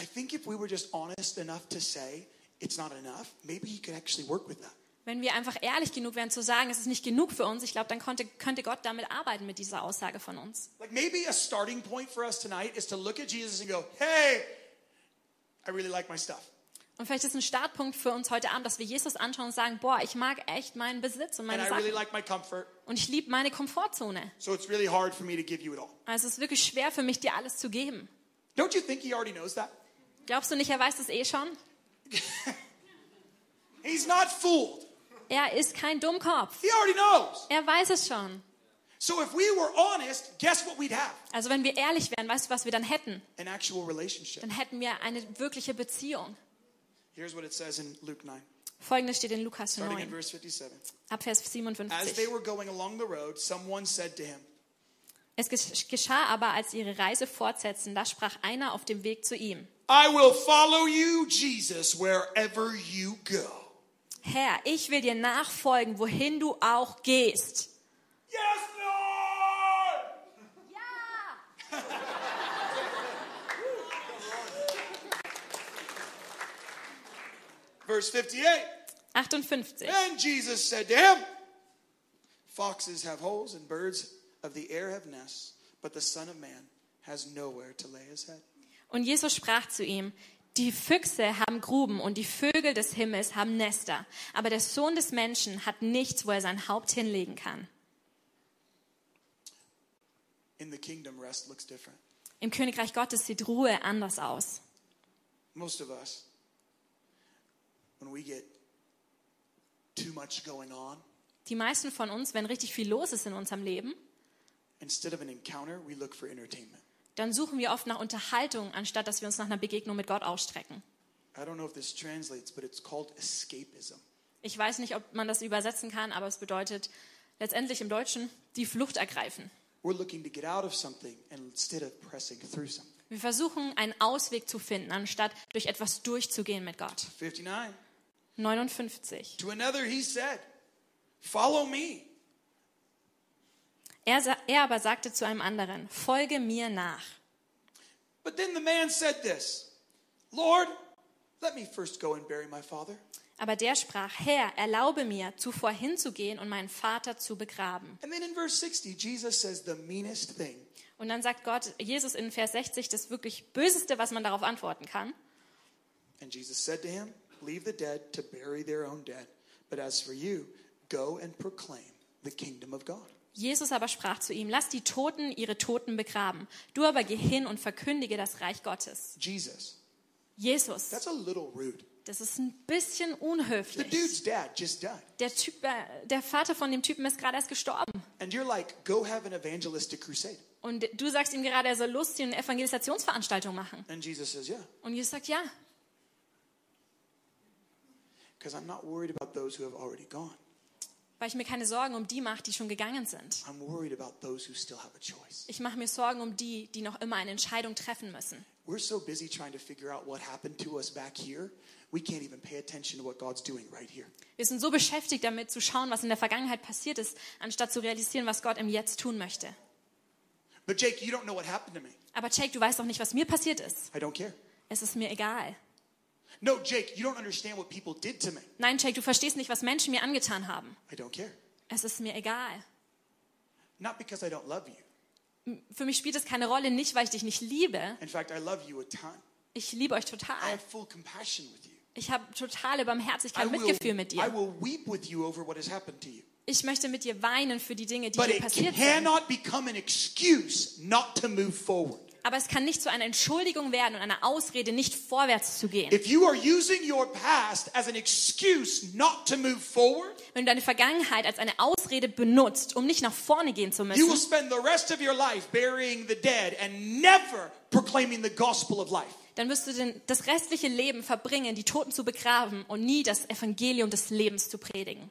B: I think if we were just honest enough to say, it's not enough, maybe he could actually work with that.
C: Wenn wir einfach ehrlich genug wären zu sagen, es ist nicht genug für uns, ich glaube, dann konnte, könnte Gott damit arbeiten mit dieser Aussage von uns.
B: Like maybe a starting point for us tonight is to look at Jesus and go, hey, I really like my stuff.
C: Und vielleicht ist ein Startpunkt für uns heute Abend, dass wir Jesus anschauen und sagen, boah, ich mag echt meinen Besitz und
B: And
C: meine
B: I really
C: Sachen.
B: like my comfort.
C: Und ich liebe meine Komfortzone.
B: So it's really hard for me to give you it all.
C: Also es ist wirklich schwer für mich, dir alles zu geben.
B: Don't you think he already knows that?
C: Glaubst du nicht, er weiß das eh schon?
B: He's not fooled.
C: Er ist kein Dummkopf.
B: He already knows.
C: Er weiß es schon.
B: So if we were honest, guess what we'd have?
C: Also wenn wir ehrlich wären, weißt du, was wir dann hätten?
B: An actual relationship.
C: Dann hätten wir eine wirkliche Beziehung.
B: Here's what it says in Luke 9,
C: Folgendes steht in Lukas
B: starting in
C: 9,
B: verse 57.
C: ab Vers
B: As they
C: 57.
B: were going along the road, someone said to him,
C: Es gesch- geschah aber, als sie ihre Reise fortsetzten, da sprach einer auf dem Weg zu ihm.
B: I will follow you, Jesus, wherever you go.
C: Herr, ich will dir nachfolgen, wohin du auch gehst.
B: Yes, Lord! Verse 58.
C: 58.
B: Then Jesus said to him, Foxes have holes and birds of the air have nests, but the Son of Man has nowhere to lay his head.
C: Und Jesus sprach zu ihm, die Füchse haben Gruben und die Vögel des Himmels haben Nester, aber der Sohn des Menschen hat nichts, wo er sein Haupt hinlegen kann.
B: In the kingdom, rest looks different.
C: Im Königreich Gottes sieht Ruhe anders aus.
B: Most of us, when we get too much going on,
C: Die meisten von uns, wenn richtig viel los ist in unserem Leben,
B: instead of an encounter, we look for entertainment.
C: dann suchen wir oft nach Unterhaltung, anstatt dass wir uns nach einer Begegnung mit Gott ausstrecken.
B: I don't know if this translates, but it's called escapism.
C: Ich weiß nicht, ob man das übersetzen kann, aber es bedeutet letztendlich im Deutschen die Flucht ergreifen.
B: We're looking to get out of something instead of pressing through something.
C: Wir versuchen, einen Ausweg zu finden, anstatt durch etwas durchzugehen mit Gott.
B: 59.
C: 59.
B: To another he said, Follow me.
C: Er, sa- er aber sagte zu einem anderen, folge mir nach.
B: But then the man said this Lord, let me first go and bury my father.
C: Aber der sprach, Herr, erlaube mir, zuvor hinzugehen und meinen Vater zu begraben.
B: And then in verse 60, Jesus says the meanest thing.
C: Und dann sagt Gott, Jesus in Vers 60, das wirklich Böseste, was man darauf antworten kann.
B: And Jesus said to him, Leave the dead to bury their own dead. But as for you, go and proclaim the kingdom of God.
C: Jesus aber sprach zu ihm, lass die Toten ihre Toten begraben. Du aber geh hin und verkündige das Reich Gottes.
B: Jesus.
C: Jesus,
B: That's a little rude.
C: das ist ein bisschen
B: The
C: unhöflich.
B: dude's dad just died.
C: Der, typ, äh, der Vater von dem Typen ist gerade erst gestorben.
B: And you're like, Go have an evangelistic crusade.
C: Und du sagst ihm gerade, er soll losziehen und eine Evangelisationsveranstaltung machen.
B: And Jesus says, Yeah,
C: Und Jesus sagt, ja,
B: because I'm not worried about those who have already gone.
C: weil ich mir keine Sorgen um die mache, die schon gegangen sind.
B: I'm worried about those who still have a choice.
C: Ich mache mir Sorgen um die, die noch immer eine Entscheidung treffen müssen.
B: We're so busy trying to figure out what happened to us back here, we can't even pay attention to what God's doing right here.
C: Wir sind so beschäftigt damit zu schauen, was in der Vergangenheit passiert ist, anstatt zu realisieren, was Gott im Jetzt tun möchte.
B: But Jake, you don't know what happened to me.
C: Aber Jake, du weißt doch nicht, was mir passiert ist.
B: I don't care.
C: Es ist mir egal.
B: No, Jake, you don't understand what people did to me.
C: Nein, Jake, du verstehst nicht, was Menschen mir angetan haben.
B: I don't care.
C: Es ist mir egal.
B: Not because I don't love you.
C: Für mich spielt es keine Rolle, nicht weil ich dich nicht liebe.
B: In fact, I love you a ton.
C: Ich liebe euch
B: I
C: total.
B: have full compassion with you.
C: Ich habe totale
B: I
C: Barmherzigkeit,
B: will,
C: Mitgefühl mit
B: I
C: dir.
B: will weep with you over what has happened to you.
C: Ich möchte mit dir weinen für die Dinge, die
B: But
C: dir
B: it
C: passiert sind.
B: cannot become an excuse not to move forward.
C: Aber es kann nicht zu einer Entschuldigung werden und einer Ausrede, nicht vorwärts zu gehen.
B: If you are using your past as an excuse not to move forward,
C: Wenn du deine Vergangenheit als eine Ausrede benutzt, um nicht nach vorne gehen zu
B: you will
C: müssen,
B: spend the rest of your life burying the dead and never proclaiming the gospel of life.
C: dann wirst du den, das restliche Leben verbringen, die Toten zu begraben und nie das Evangelium des Lebens zu predigen.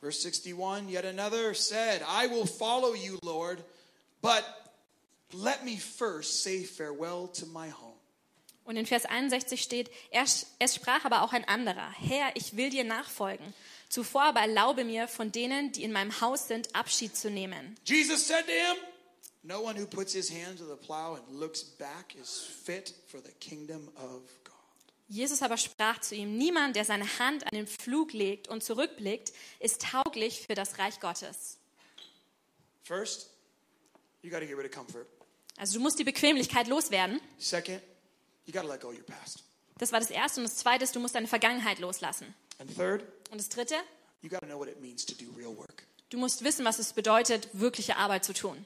B: Verse 61 Yet another said, I will follow you, Lord, but let me first say farewell to my home.
C: Und in Vers 61 steht, er, es sprach aber auch ein anderer, Herr, ich will dir nachfolgen. Zuvor aber erlaube mir, von denen, die in meinem Haus sind, Abschied zu nehmen.
B: Jesus said to him, No one who puts his hand to the plow and looks back is fit for the kingdom of God.
C: Jesus aber sprach zu ihm, niemand, der seine Hand an den Pflug legt und zurückblickt, ist tauglich für das Reich Gottes.
B: First, you got to get rid of comfort.
C: Also du musst die Bequemlichkeit loswerden.
B: Second, you got to let go of your past.
C: Das war das Erste. Und das Zweite ist, du musst deine Vergangenheit loslassen.
B: And third,
C: Und das Dritte,
B: you got to know what it means to do real work.
C: du musst wissen, was es bedeutet, wirkliche Arbeit zu tun.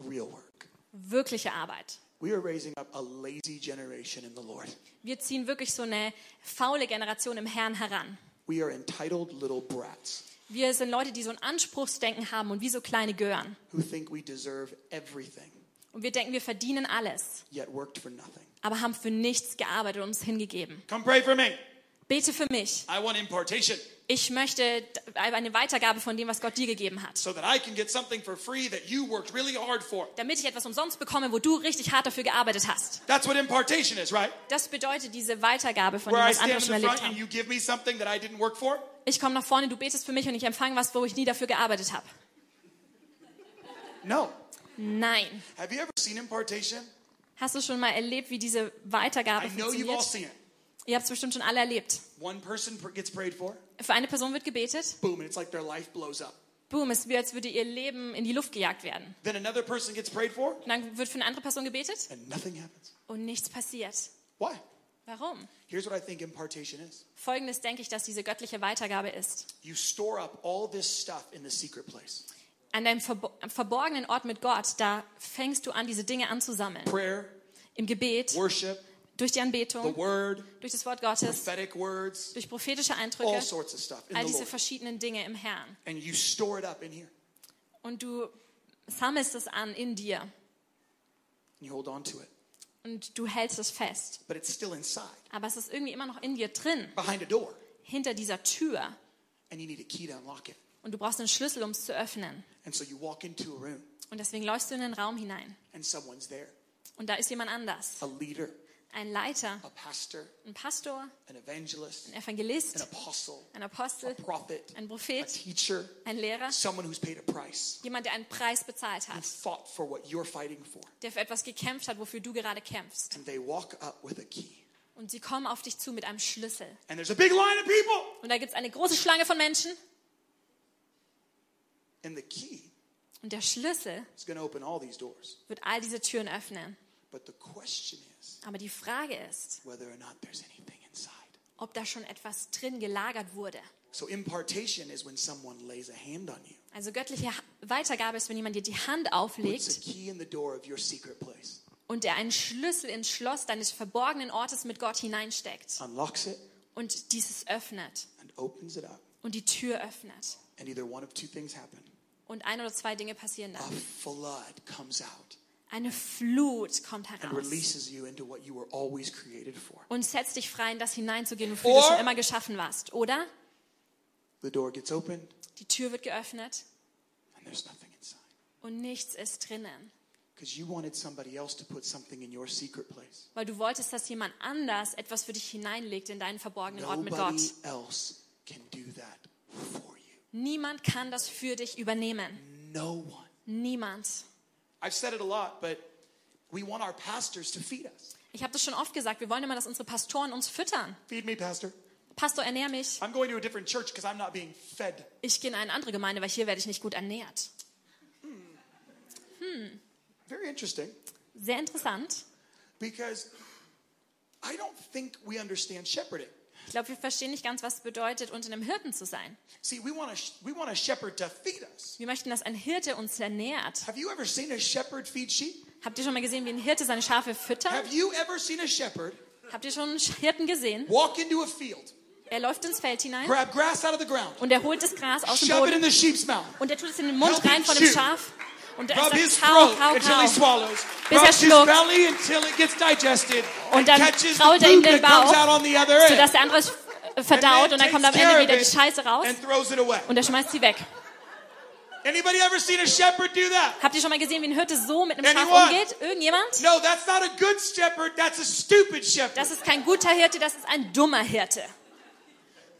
B: Real work.
C: Wirkliche Arbeit.
B: We are raising up a lazy generation in the Lord.
C: Wir ziehen wirklich so eine faule Generation im Herrn heran.
B: We are entitled little brats
C: Wir sind Leute, die so ein Anspruchsdenken haben und wie so kleine Gören.
B: who think we deserve everything,
C: Und wir denken, wir verdienen alles,
B: yet worked for nothing.
C: aber haben für nichts gearbeitet und uns hingegeben.
B: Come pray for me.
C: Bete für mich.
B: I want impartation
C: Ich möchte eine Weitergabe von dem, was Gott dir gegeben hat.
B: so that I can get something for free that you worked really hard for.
C: Damit ich etwas umsonst bekomme, wo du richtig hart dafür gearbeitet hast.
B: That's what impartation is, right?
C: Das bedeutet diese Weitergabe von
B: Where
C: dem,
B: I
C: was
B: stand
C: andere
B: in
C: schon
B: the
C: erlebt
B: front and
C: haben.
B: you give me something that I didn't work for.
C: Ich komme nach vorne, du betest für mich und ich empfange was, wo ich nie dafür gearbeitet habe.
B: No.
C: Nein.
B: Have you ever seen impartation?
C: Hast du schon mal erlebt, wie diese
B: I
C: Weitergabe
B: know you've all
C: funktioniert?
B: seen it.
C: Ihr habt es bestimmt schon alle erlebt.
B: One person pr- gets prayed for,
C: Für eine Person wird gebetet,
B: boom, and it's like their life blows up.
C: boom, es ist wie als würde ihr Leben in die Luft gejagt werden.
B: Then another person gets prayed for,
C: Und dann wird für eine andere Person gebetet
B: and nothing happens.
C: und nichts passiert.
B: Why?
C: Warum?
B: Here's what I think impartation is
C: Folgendes denke ich, dass diese göttliche Weitergabe ist.
B: you store up all this stuff in the secret place
C: An deinem verbo am verborgenen Ort mit Gott, da fängst du an, diese Dinge anzusammeln.
B: prayer,
C: Im Gebet,
B: worship,
C: durch die
B: the
C: Anbetung,
B: word,
C: durch das Wort Gottes,
B: prophetic words,
C: durch prophetische
B: all
C: Eindrücke,
B: sorts of stuff in
C: all
B: the
C: diese
B: Lord.
C: verschiedenen Dinge im Herrn.
B: And you store it up in here,
C: Und du sammelst es an in dir
B: and you hold on to it,
C: und du hältst es fest.
B: but it's still inside,
C: Aber es ist irgendwie immer noch in dir drin,
B: behind a door,
C: hinter dieser Tür.
B: and you need a key to unlock it.
C: Und du brauchst einen Schlüssel, um es zu öffnen.
B: And so you walk into a room,
C: Und deswegen läufst du in den Raum hinein.
B: and someone's there
C: Und da ist jemand anders.
B: a leader,
C: Ein Leiter,
B: a pastor,
C: ein Pastor,
B: an evangelist,
C: ein
B: an
C: Evangelist,
B: apostle,
C: ein
B: a
C: Apostel,
B: prophet,
C: ein
B: a
C: Prophet,
B: teacher,
C: ein Lehrer,
B: someone who's paid a price
C: jemand, der einen Preis bezahlt
B: and
C: hat,
B: fought for what you're fighting for.
C: der für etwas gekämpft hat, wofür du gerade kämpfst.
B: And they walk up with a key.
C: Und sie kommen auf dich zu mit einem Schlüssel.
B: And there's a big line of people.
C: Und da gibt es eine große Schlange von Menschen.
B: And the key
C: Und der Schlüssel
B: is going to open all these doors.
C: wird all diese Türen öffnen.
B: But the question is
C: Aber die Frage ist,
B: whether or not there's anything inside.
C: ob da schon etwas drin gelagert wurde.
B: So impartation is when someone lays a hand on you,
C: Also göttliche Ha- Weitergabe ist, wenn jemand dir die Hand
B: puts a
C: auflegt
B: key in the door of your secret place,
C: und der einen Schlüssel ins Schloss deines verborgenen Ortes mit Gott hineinsteckt
B: unlocks it,
C: und dieses öffnet
B: and opens it up.
C: und die Tür öffnet.
B: And either one of two things happen
C: Und ein oder zwei Dinge passieren
B: a
C: dann.
B: flood comes out
C: Eine Flut kommt
B: and
C: heraus
B: releases you into what you were always created for.
C: und setzt dich frei, in das hineinzugehen, wofür du
B: Or-
C: schon immer geschaffen warst, oder?
B: The door gets opened,
C: Die Tür wird geöffnet
B: and there's nothing inside.
C: und nichts ist drinnen,
B: Because you wanted somebody else to put something in your secret place.
C: weil du wolltest, dass jemand anders etwas für dich hineinlegt in deinen verborgenen Ort mit Gott.
B: Nobody else can do that for you.
C: Niemand kann das für dich übernehmen.
B: No one.
C: Niemand.
B: I've said it a lot, but we want our pastors to feed us.
C: Ich habe das schon oft gesagt, wir wollen immer, dass unsere Pastoren uns füttern.
B: Feed me, pastor.
C: Pastor, ernähr mich.
B: I'm going to a different church because I'm not being fed.
C: Ich gehe in eine andere Gemeinde, weil hier werde ich nicht gut ernährt.
B: Very interesting
C: Sehr interessant,
B: because I don't think we understand shepherding.
C: Ich glaube, wir verstehen nicht ganz, was es bedeutet, unter einem Hirten zu sein.
B: See, we want a, we want a shepherd to feed us.
C: Wir möchten, dass ein Hirte uns ernährt.
B: Have you ever seen a shepherd feed sheep?
C: Habt ihr schon mal gesehen, wie ein Hirte seine Schafe füttert?
B: Have you ever seen a shepherd
C: Habt ihr schon einen Hirten gesehen?
B: walk into a field,
C: Er läuft ins Feld hinein
B: grab grass out of the ground,
C: und er holt das Gras aus dem
B: shove it in
C: Boden
B: the sheep's mouth,
C: und er tut es in den Mund
B: Help him
C: rein von dem
B: chew.
C: Schaf und er
B: rub
C: sagt
B: his
C: kau,
B: throat
C: kau,
B: until he
C: kau.
B: swallows,
C: er
B: rubs his
C: schluckt.
B: belly until it gets digested,
C: Und
B: and
C: dann
B: catches the
C: kraut er ihm
B: food
C: den
B: that comes
C: Bauch,
B: out on the other end,
C: sodass der andere es äh,
B: and then
C: verdaut und dann kommt er am
B: takes care
C: Ende
B: of
C: wieder die
B: it
C: Scheiße raus
B: and throws it away.
C: und er schmeißt sie weg.
B: Anybody ever seen a shepherd do that?
C: Habt ihr schon mal gesehen, wie ein Hirte so mit einem Schaf
B: Anyone?
C: umgeht? Irgendjemand?
B: No, that's not a good shepherd. That's a stupid shepherd.
C: Das ist kein guter Hirte, das ist ein dummer Hirte.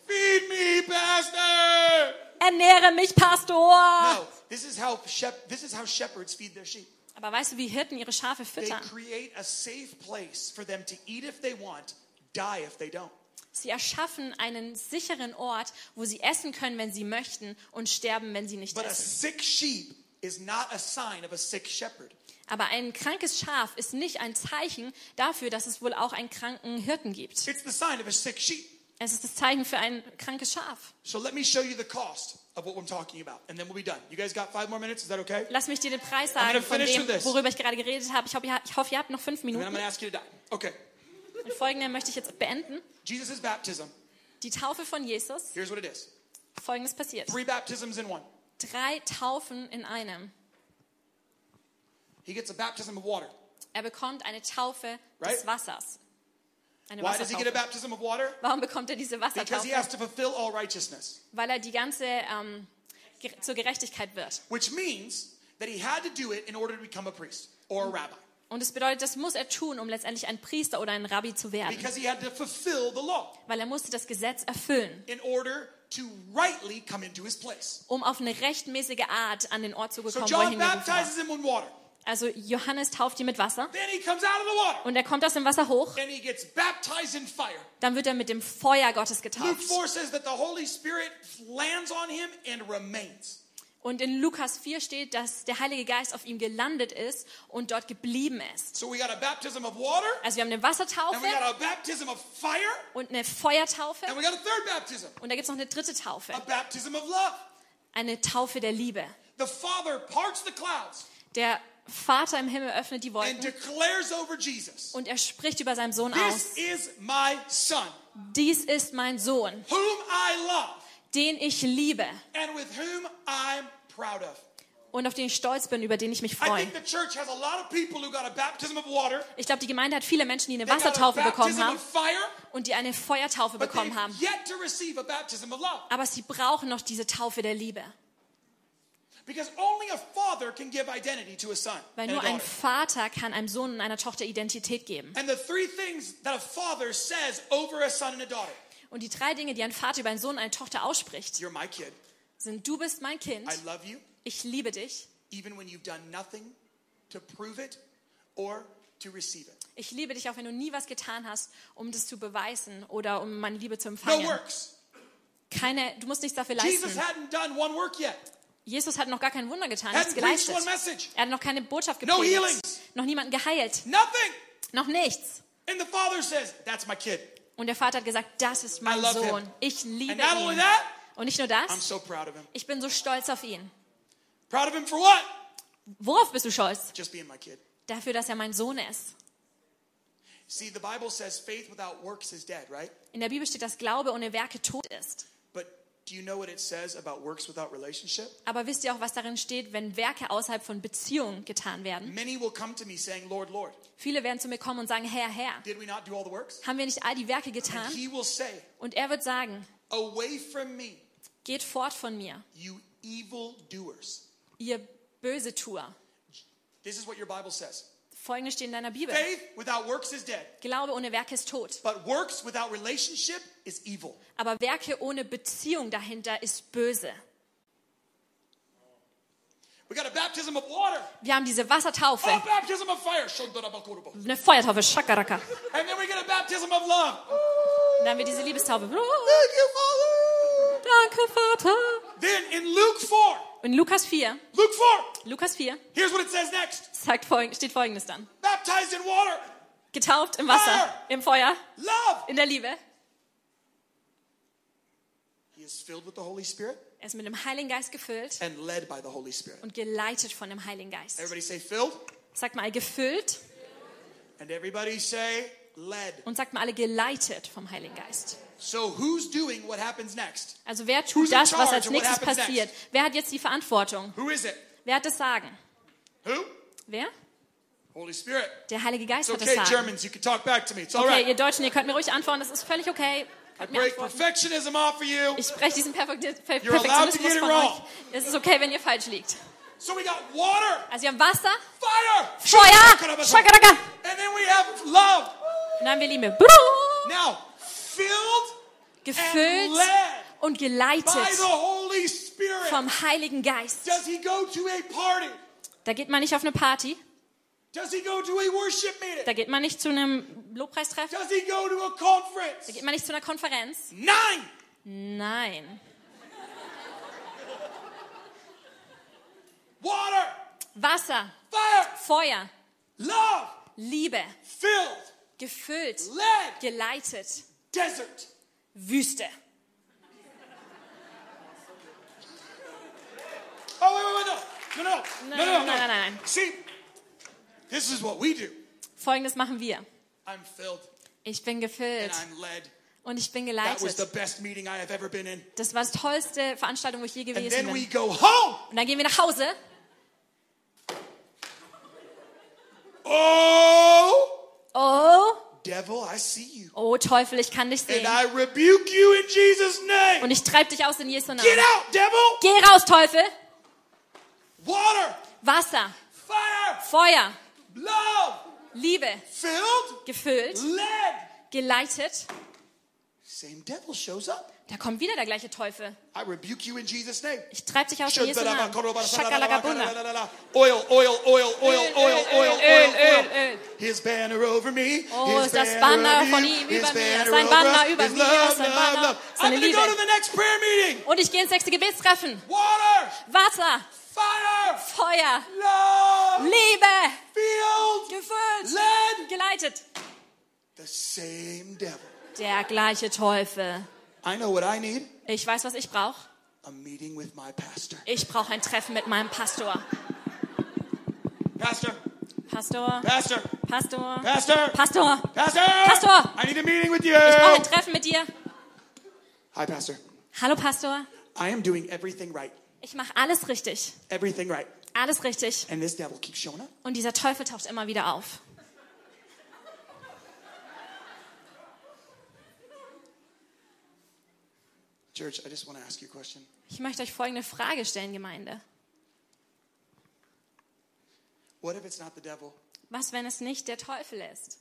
B: Feed me, pastor.
C: Ernähre mich, Pastor!
B: No, this is how shep- this is how shepherds feed their sheep.
C: Aber weißt du, wie Hirten ihre Schafe
B: They
C: füttern?
B: create a safe place for them to eat if they want, die if they don't.
C: Sie erschaffen einen sicheren Ort, wo sie essen können, wenn sie möchten und sterben, wenn sie nicht
B: But a
C: essen.
B: sick sheep is not a sign of a sick shepherd.
C: Aber ein krankes Schaf ist nicht ein Zeichen dafür, dass es wohl auch einen kranken Hirten gibt.
B: It's the sign of a sick sheep.
C: Es ist das Zeichen für ein krankes Schaf.
B: So let me show you the cost of what I'm talking about, and then we'll be done. You guys got five more minutes? Is that okay?
C: Lass mich dir den Preis
B: I'm
C: sagen
B: gonna
C: von
B: finish
C: dem,
B: with this.
C: worüber ich gerade geredet habe. Ich hoffe, ihr- ich hoffe, ihr habt noch fünf
B: And then I'm
C: Minuten.
B: going to ask you to die. Okay.
C: Und folgende möchte ich jetzt beenden.
B: Jesus' baptism.
C: Die Taufe von Jesus.
B: Here's what it is.
C: Folgendes passiert.
B: Three baptisms in one.
C: Drei Taufen in einem.
B: He gets a baptism of water.
C: Er bekommt eine Taufe
B: Right?
C: des Wassers. Eine
B: Why does he get a
C: Wassertaufe.
B: baptism of water?
C: Warum bekommt er diese
B: Because he
C: Wassertaufe?
B: has to fulfill all righteousness,
C: Weil er die ganze ähm, ge- zur Gerechtigkeit wird.
B: which means that he had to do it in order to become a priest or a rabbi.
C: Und es bedeutet, das muss er tun, um letztendlich ein Priester oder ein Rabbi zu werden.
B: Because he had to fulfill the law
C: Weil er musste das Gesetz erfüllen,
B: in order to rightly come into his place.
C: um auf eine rechtmäßige Art an den Ort zu
B: So
C: gekommen, wo er
B: John
C: hingerufen war.
B: baptizes him in water.
C: Also Johannes tauft ihn mit Wasser
B: Then he comes out of the water
C: und er kommt aus dem Wasser hoch.
B: and he gets baptized in fire.
C: Dann wird er mit dem Feuer Gottes
B: Luke
C: getauft.
B: 4 says that the Holy Spirit lands on him and remains.
C: Und in Lukas 4 steht, dass der Heilige Geist auf ihm gelandet ist und dort geblieben ist.
B: So we got a baptism of water,
C: Also wir haben eine
B: and we
C: Wassertaufe
B: got a baptism of fire,
C: und eine Feuertaufe
B: and we got a third baptism,
C: und da gibt es noch eine dritte Taufe,
B: a baptism of love.
C: eine Taufe der Liebe.
B: The Father parts the clouds
C: Der Vater im Himmel öffnet die
B: and
C: Wolken
B: declares over Jesus,
C: und er spricht über seinen Sohn
B: This
C: aus.
B: is my Son,
C: Dies ist mein Sohn,
B: whom I love.
C: den ich liebe
B: and with whom I'm proud of.
C: und auf den ich stolz bin, über den ich mich
B: I
C: freue.
B: think the church has a lot of people who got a baptism of water,
C: Ich glaube, die Gemeinde hat viele Menschen, die eine
B: they got a
C: Wassertaufe bekommen
B: baptism
C: haben
B: of fire,
C: und die eine Feuertaufe
B: but they've
C: bekommen haben.
B: yet to receive a baptism of love.
C: Aber sie brauchen noch diese Taufe der Liebe,
B: Because only a father can give identity to a son
C: weil
B: and a
C: nur ein
B: daughter.
C: Vater kann einem Sohn und einer Tochter Identität geben.
B: And the three things that a father says over a son and a daughter:
C: Und die drei Dinge, die ein Vater über einen Sohn und eine Tochter ausspricht,
B: You're my kid.
C: sind, du bist mein Kind,
B: I love you,
C: ich liebe dich,
B: even when you've done nothing to prove it or to receive it.
C: ich liebe dich, auch wenn du nie was getan hast, um das zu beweisen oder um meine Liebe zu
B: No
C: empfangen.
B: works.
C: Keine, du musst nichts dafür
B: Jesus
C: leisten.
B: hadn't done one work yet.
C: Jesus hat noch gar kein Wunder getan, nichts
B: Hadn't preached
C: geleistet.
B: one message.
C: Er hat noch keine Botschaft
B: No
C: gepredigt,
B: healings.
C: noch niemanden geheilt,
B: Nothing.
C: noch nichts.
B: And the father says, "That's my kid."
C: Und der Vater hat gesagt, das ist
B: I
C: mein
B: love him.
C: Sohn, ich liebe
B: And not only
C: ihn.
B: that,
C: Und nicht nur
B: I'm
C: das,
B: so proud of him.
C: ich bin so stolz auf ihn.
B: Proud of him for what?
C: Worauf bist du stolz?
B: Just being my kid.
C: Dafür, dass er mein Sohn ist.
B: See, the Bible says faith without works is dead, right?
C: In der Bibel steht, dass Glaube ohne Werke tot ist.
B: But do you know what it says about works without relationship?
C: Aber wisst ihr auch, was darin steht, wenn Werke außerhalb von Beziehungen getan werden?
B: Many will come to me saying, Lord, Lord,
C: Viele werden zu mir kommen und sagen, Herr, Herr,
B: did we not do all the works?
C: haben wir nicht all die Werke
B: And
C: getan?
B: he will say,
C: Und er wird sagen,
B: Away from me,
C: geht fort von mir,
B: you evil doers.
C: ihr böse Tour.
B: This is what your Bible says.
C: Folgendes steht in deiner Bibel.
B: Faith without works is dead,
C: Glaube ohne Werke ist tot.
B: but works without relationship is evil.
C: Aber Werke ohne Beziehung dahinter ist böse.
B: We got a baptism of water,
C: Wir haben diese Wassertaufe,
B: a baptism of fire, and
C: eine Feuertaufe, Schakaraka. Und
B: then we get a baptism of love.
C: dann haben wir diese Liebestaufe.
B: Thank you, Father.
C: Danke, Vater.
B: Then in Luke 4,
C: In Lukas 4,
B: Luke 4,
C: Lukas 4
B: here's what it says next.
C: sagt, folg- steht folgendes dann.
B: Baptized in water, Ah!
C: Getauft im Wasser,
B: Feuer!
C: im Feuer,
B: love,
C: in der Liebe,
B: is filled with the Holy Spirit
C: Er ist mit dem Heiligen Geist gefüllt
B: and led by the Holy Spirit.
C: und geleitet von dem Heiligen Geist.
B: Everybody say filled,
C: Sagt mal gefüllt
B: and everybody say led.
C: und sagt mal alle geleitet vom Heiligen Geist.
B: So who's doing what happens next?
C: Also wer
B: Who's
C: tut
B: in
C: das,
B: charge
C: was als
B: and what
C: nächstes
B: happens
C: passiert? Wer hat jetzt die Verantwortung?
B: Who is it?
C: Wer hat das Sagen?
B: Who?
C: Wer?
B: Holy Spirit.
C: Der Heilige Geist
B: It's
C: hat das
B: okay,
C: Sagen.
B: Germans. You can talk back to me. It's all
C: Okay,
B: right.
C: ihr Deutschen, ihr könnt mir ruhig antworten, das ist völlig okay.
B: I
C: Könnt mir
B: break
C: antworten.
B: perfectionism off for you.
C: Ich spreche diesen Perfekti- Perf-
B: You're allowed to
C: Perfektionismus
B: get it
C: von
B: wrong.
C: euch. Es ist okay, wenn ihr falsch liegt.
B: So we got water,
C: Also wir haben Wasser,
B: fire,
C: Feuer, Schakaraka.
B: and then we have love.
C: Und dann haben wir Liebe. Brrr.
B: Now, filled and
C: Gefüllt
B: led
C: und
B: by the
C: geleitet
B: Holy Spirit.
C: vom Heiligen Geist.
B: Does he go to a party?
C: Da geht man nicht auf eine Party,
B: Does he go to a worship
C: da
B: meeting?
C: geht man nicht zu einem Lobpreistreffen,
B: Does he go to a
C: da
B: conference?
C: geht man nicht zu einer Konferenz.
B: Nine.
C: Nein.
B: Water,
C: Wasser,
B: fire,
C: Feuer,
B: love,
C: Liebe,
B: filled,
C: gefüllt,
B: led,
C: geleitet,
B: desert.
C: Wüste.
B: Oh, wait, wait, wait, no. No, no. No,
C: No,
B: no,
C: no, no, no, no.
B: See, this is what we do.
C: Folgendes machen wir.
B: I'm filled
C: Ich bin
B: and
C: gefüllt
B: I'm led.
C: und ich bin
B: That was the
C: geleitet.
B: best meeting I have ever been in.
C: Das war die tollste Veranstaltung, wo ich je
B: And
C: gewesen
B: then we
C: bin.
B: go home.
C: Und dann gehen wir nach Hause
B: Oh,
C: Oh,
B: devil, I see you.
C: oh Teufel, ich kann dich
B: And
C: sehen.
B: I rebuke you in Jesus'
C: Und
B: name.
C: ich treibe dich aus in Jesu Namen.
B: Get out, devil.
C: Geh raus, Teufel!
B: Water,
C: Wasser,
B: fire,
C: Feuer,
B: love,
C: Liebe,
B: filled,
C: gefüllt,
B: led.
C: geleitet.
B: Same devil shows up.
C: Da kommt wieder der gleiche Teufel.
B: I rebuke you in Jesus' name.
C: Ich treibe dich aus in Jesu Namen. Schakalakabuna.
B: Oil, oil, oil, oil, oil, oil, oil, oil. His banner over me.
C: Oh,
B: his
C: ist das
B: banner
C: Banner
B: over
C: von
B: you,
C: ihm
B: his
C: über mir.
B: banner
C: Sein
B: over
C: Banner
B: us,
C: über
B: his
C: mir,
B: love,
C: sein
B: love,
C: Banner,
B: love. I'm
C: seine
B: gonna go
C: Liebe.
B: to the next prayer meeting.
C: Und ich gehe ins nächste Gebetstreffen.
B: Water,
C: Wasser,
B: fire,
C: Feuer,
B: love,
C: Liebe,
B: field,
C: gefüllt,
B: led.
C: geleitet.
B: The same devil.
C: Der gleiche Teufel.
B: I know what I need.
C: Ich weiß, was ich brauche.
B: A meeting with my pastor.
C: Ich brauche ein Treffen mit meinem Pastor.
B: Pastor,
C: Pastor,
B: pastor,
C: Pastor,
B: pastor,
C: Pastor.
B: pastor.
C: Pastor.
B: I need a meeting with you.
C: Ich brauche ein Treffen mit dir.
B: Hi, pastor.
C: Hallo, Pastor.
B: I am doing everything right.
C: Ich mache alles richtig.
B: Everything right.
C: Alles richtig.
B: And this devil keeps showing up.
C: Und dieser Teufel taucht immer wieder auf.
B: Church, I just want to ask you a question.
C: Ich möchte euch folgende Frage stellen, Gemeinde.
B: What if it's not the devil?
C: Was, wenn es nicht der Teufel ist?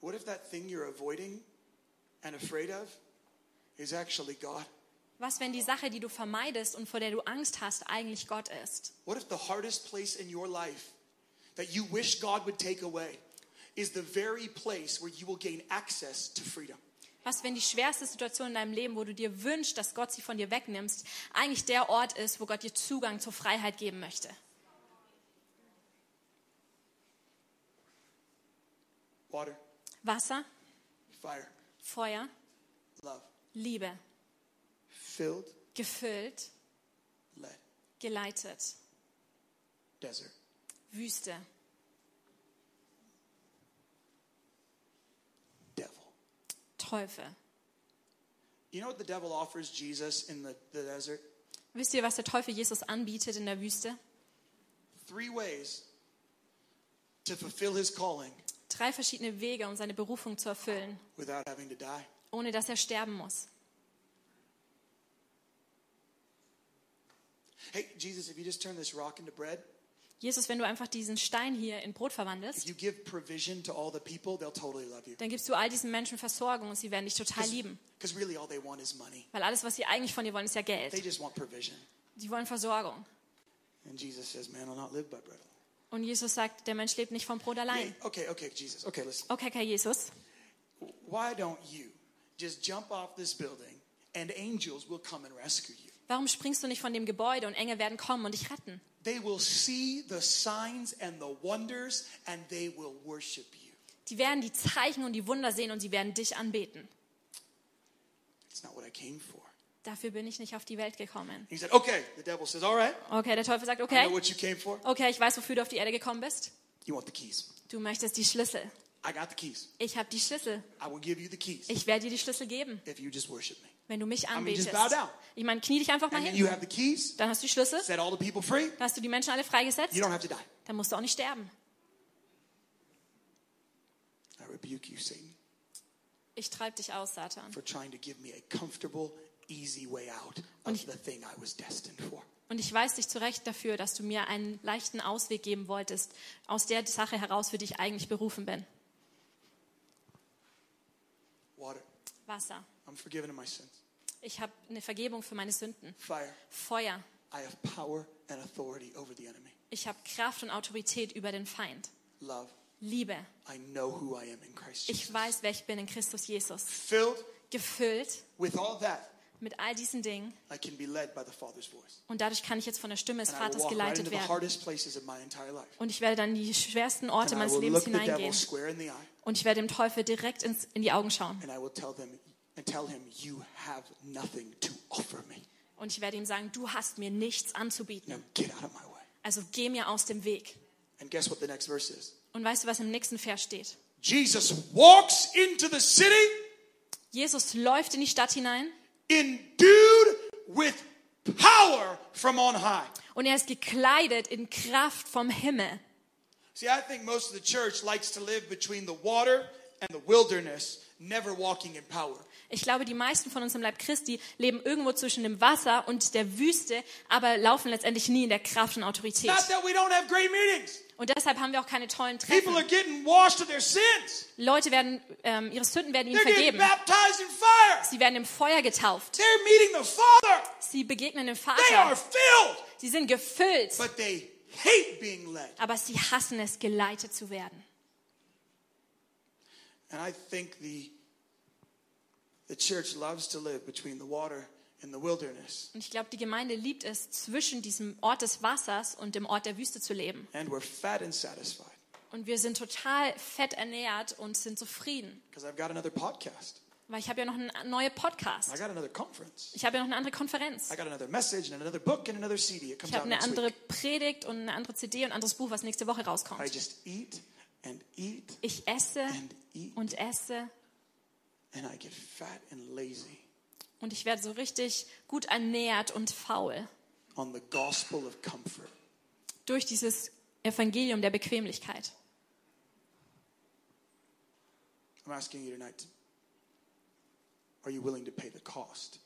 B: What if that thing you're avoiding and afraid of is actually God?
C: Was, wenn die Sache, die du vermeidest und vor der du Angst hast, eigentlich Gott ist?
B: What if the hardest place in your life that you wish God would take away is the very place where you will gain access to freedom?
C: Was, wenn die schwerste Situation in deinem Leben, wo du dir wünschst, dass Gott sie von dir wegnimmst, eigentlich der Ort ist, wo Gott dir Zugang zur Freiheit geben möchte?
B: Water,
C: Wasser,
B: fire,
C: Feuer,
B: love,
C: Liebe,
B: filled,
C: gefüllt,
B: led,
C: geleitet,
B: desert.
C: Wüste,
B: Devil.
C: Teufel.
B: You know what the devil offers Jesus in the, the desert?
C: Wisst ihr, was der Teufel Jesus anbietet in der Wüste?
B: Three ways to fulfill his calling
C: Drei verschiedene Wege, um seine Berufung zu erfüllen,
B: without having to die.
C: ohne dass er sterben muss.
B: Hey, Jesus, if you just turn this rock into bread,
C: Jesus, wenn du einfach diesen Stein hier in Brot
B: if
C: verwandelst,
B: you give provision to all the people, they'll totally love you.
C: dann gibst du all diesen Menschen Versorgung und sie werden dich total lieben.
B: Because really all they want is money.
C: Weil alles, was sie eigentlich von dir wollen, ist ja
B: They
C: Geld.
B: just want provision.
C: Die wollen Versorgung.
B: And Jesus says, man, I'll not live by bread.
C: Und Jesus sagt, der Mensch lebt nicht vom Brot
B: alone."
C: allein.
B: Okay, okay, Jesus. Okay, listen.
C: Okay, okay, Jesus.
B: Why don't you just jump off this building and angels will come and rescue you?
C: Warum springst du nicht von dem Gebäude und Engel werden kommen und dich retten?
B: They will see the signs and the wonders and they will worship you.
C: Die werden die Zeichen und die Wunder sehen und sie werden dich anbeten.
B: It's not what I came for.
C: Dafür bin ich nicht auf die Welt gekommen.
B: He said, Okay. The devil says, All right.
C: Okay, der Teufel sagt,
B: I
C: okay,
B: know what you came for.
C: okay, ich weiß, wofür du auf die Erde gekommen bist.
B: You want the keys.
C: Du möchtest die Schlüssel.
B: I got the keys.
C: Ich habe die Schlüssel.
B: I will give you the keys
C: Ich werde dir die Schlüssel geben,
B: if you just worship me.
C: wenn du mich
B: mean, just
C: anbetest.
B: bow down.
C: Ich meine, knie dich einfach mal
B: And then you
C: hin.
B: have the keys,
C: Dann hast du die Schlüssel,
B: set all the people free.
C: dann hast du die Menschen alle
B: You
C: freigesetzt,
B: don't have to die.
C: dann musst du auch nicht sterben.
B: I rebuke you, Satan,
C: Ich treibe dich aus, Satan.
B: for trying to give me a comfortable, easy way out
C: Und
B: of
C: ich-
B: the thing I was destined for.
C: Und ich weiß dich zu Recht dafür, dass du mir einen leichten Ausweg geben wolltest, aus der Sache heraus, für die ich eigentlich berufen bin.
B: Water.
C: Wasser.
B: I'm forgiven of my sins.
C: Ich habe eine Vergebung für meine Sünden.
B: Fire.
C: Feuer.
B: I have power and authority over the enemy.
C: Ich habe Kraft und Autorität über den Feind.
B: Love.
C: Liebe.
B: I know who I am in Christ Jesus.
C: Ich weiß, wer ich bin in Christus Jesus.
B: Filled
C: Gefüllt
B: with all that,
C: mit all diesen Dingen.
B: I can be led by the Father's voice.
C: Und dadurch kann ich jetzt von der Stimme des
B: And I will
C: Vaters
B: walk right into
C: geleitet
B: the
C: werden.
B: hardest places of my entire life.
C: Und ich werde dann in die schwersten
B: And
C: Orte
B: I
C: meines
B: will
C: Lebens
B: look the devil
C: hineingehen.
B: square in the eye.
C: Und ich werde dem Teufel direkt ins, in die Augen schauen.
B: and I will tell them and tell him you have nothing to offer me.
C: Und ich werde ihm sagen, du hast mir nichts
B: Now
C: anzubieten.
B: get out of my way.
C: Also geh mir aus dem Weg.
B: And guess what the next verse is?
C: Und weißt du, was im nächsten Vers steht?
B: Jesus walks into the city
C: Jesus läuft in die Stadt hinein
B: endued with power from on high.
C: und er ist gekleidet in Kraft vom Himmel.
B: See, I think most of the church likes to live between the water and the wilderness, never walking in power.
C: Ich glaube, die meisten von uns im Leib Christi leben irgendwo zwischen dem Wasser und der Wüste, aber laufen letztendlich nie in der Kraft und Autorität.
B: Not that we don't have great meetings.
C: Und deshalb haben wir auch keine tollen
B: People are
C: Treffen.
B: getting washed of their sins.
C: Leute werden, ähm, ihre Sünden werden ihnen
B: They're getting
C: vergeben.
B: baptized in fire.
C: Sie werden im Feuer getauft.
B: They're meeting the Father.
C: Sie begegnen dem
B: They are
C: Vater.
B: filled.
C: Sie sind gefüllt,
B: But they hate being led.
C: aber sie hassen es, geleitet zu werden.
B: And I think the the church loves to live between the water and the wilderness,
C: Und ich glaube, die Gemeinde liebt es, zwischen diesem Ort des Wassers und dem Ort der Wüste zu leben.
B: and we're fat and satisfied.
C: Und wir sind total fett ernährt und sind zufrieden.
B: Because I've got another podcast,
C: Weil ich habe ja noch einen neuen
B: I
C: Podcast.
B: got another conference,
C: Ich habe ja noch eine andere
B: I
C: Konferenz.
B: got another message, and another book, and another CD. It comes
C: Ich
B: out
C: habe eine
B: next
C: andere
B: week.
C: Predigt und eine andere CD und ein anderes Buch, was nächste Woche
B: I
C: rauskommt.
B: just eat and eat
C: Ich esse
B: and eat,
C: und esse
B: and I get fat and lazy
C: und ich werde so richtig gut ernährt und faul
B: on the gospel of comfort.
C: durch dieses Evangelium der Bequemlichkeit.
B: I'm asking you tonight: Are you willing to pay the cost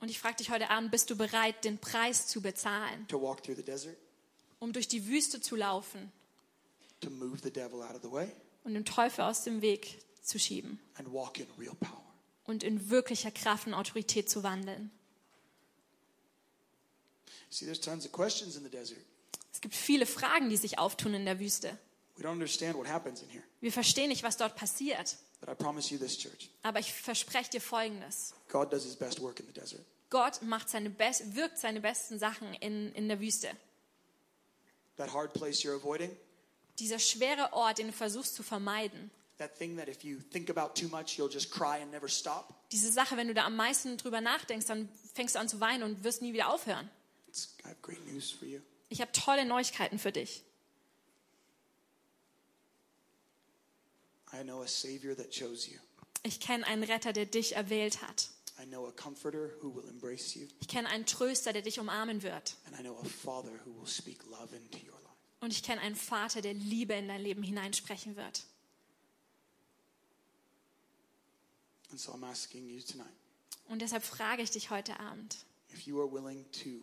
C: Und ich frage dich heute Abend, bist du bereit, den Preis zu bezahlen,
B: to walk through the desert,
C: um durch die Wüste zu laufen
B: to move the devil out of the way,
C: und dem Teufel aus dem Weg zu schieben
B: and walk in real power?
C: und in wirklicher Kraft und Autorität zu wandeln?
B: See, there's tons of questions in the desert.
C: Es gibt viele Fragen, die sich auftun in der Wüste.
B: We don't understand what happens in here.
C: Wir verstehen nicht, was dort passiert.
B: But I promise you this, church
C: Aber ich verspreche dir Folgendes.
B: God does his best work in the desert.
C: Gott macht seine best, wirkt seine besten Sachen in, in der Wüste.
B: That hard place you're avoiding,
C: Dieser schwere Ort, den du versuchst zu vermeiden.
B: that thing that if you think about too much, you'll just cry and never stop.
C: Diese Sache, wenn du da am meisten drüber nachdenkst, dann fängst du an zu weinen und wirst nie wieder aufhören.
B: It's, I have great news for you.
C: Ich habe tolle Neuigkeiten für dich.
B: I know a Savior that chose you,
C: Ich kenne einen Retter, der dich erwählt hat.
B: I know a Comforter who will embrace you,
C: Ich kenne einen Tröster, der dich umarmen wird.
B: and I know a Father who will speak love into your life.
C: Und ich kenne einen Vater, der Liebe in dein Leben hineinsprechen wird.
B: And so I'm asking you tonight
C: Und deshalb frage ich dich heute Abend,
B: if you are willing to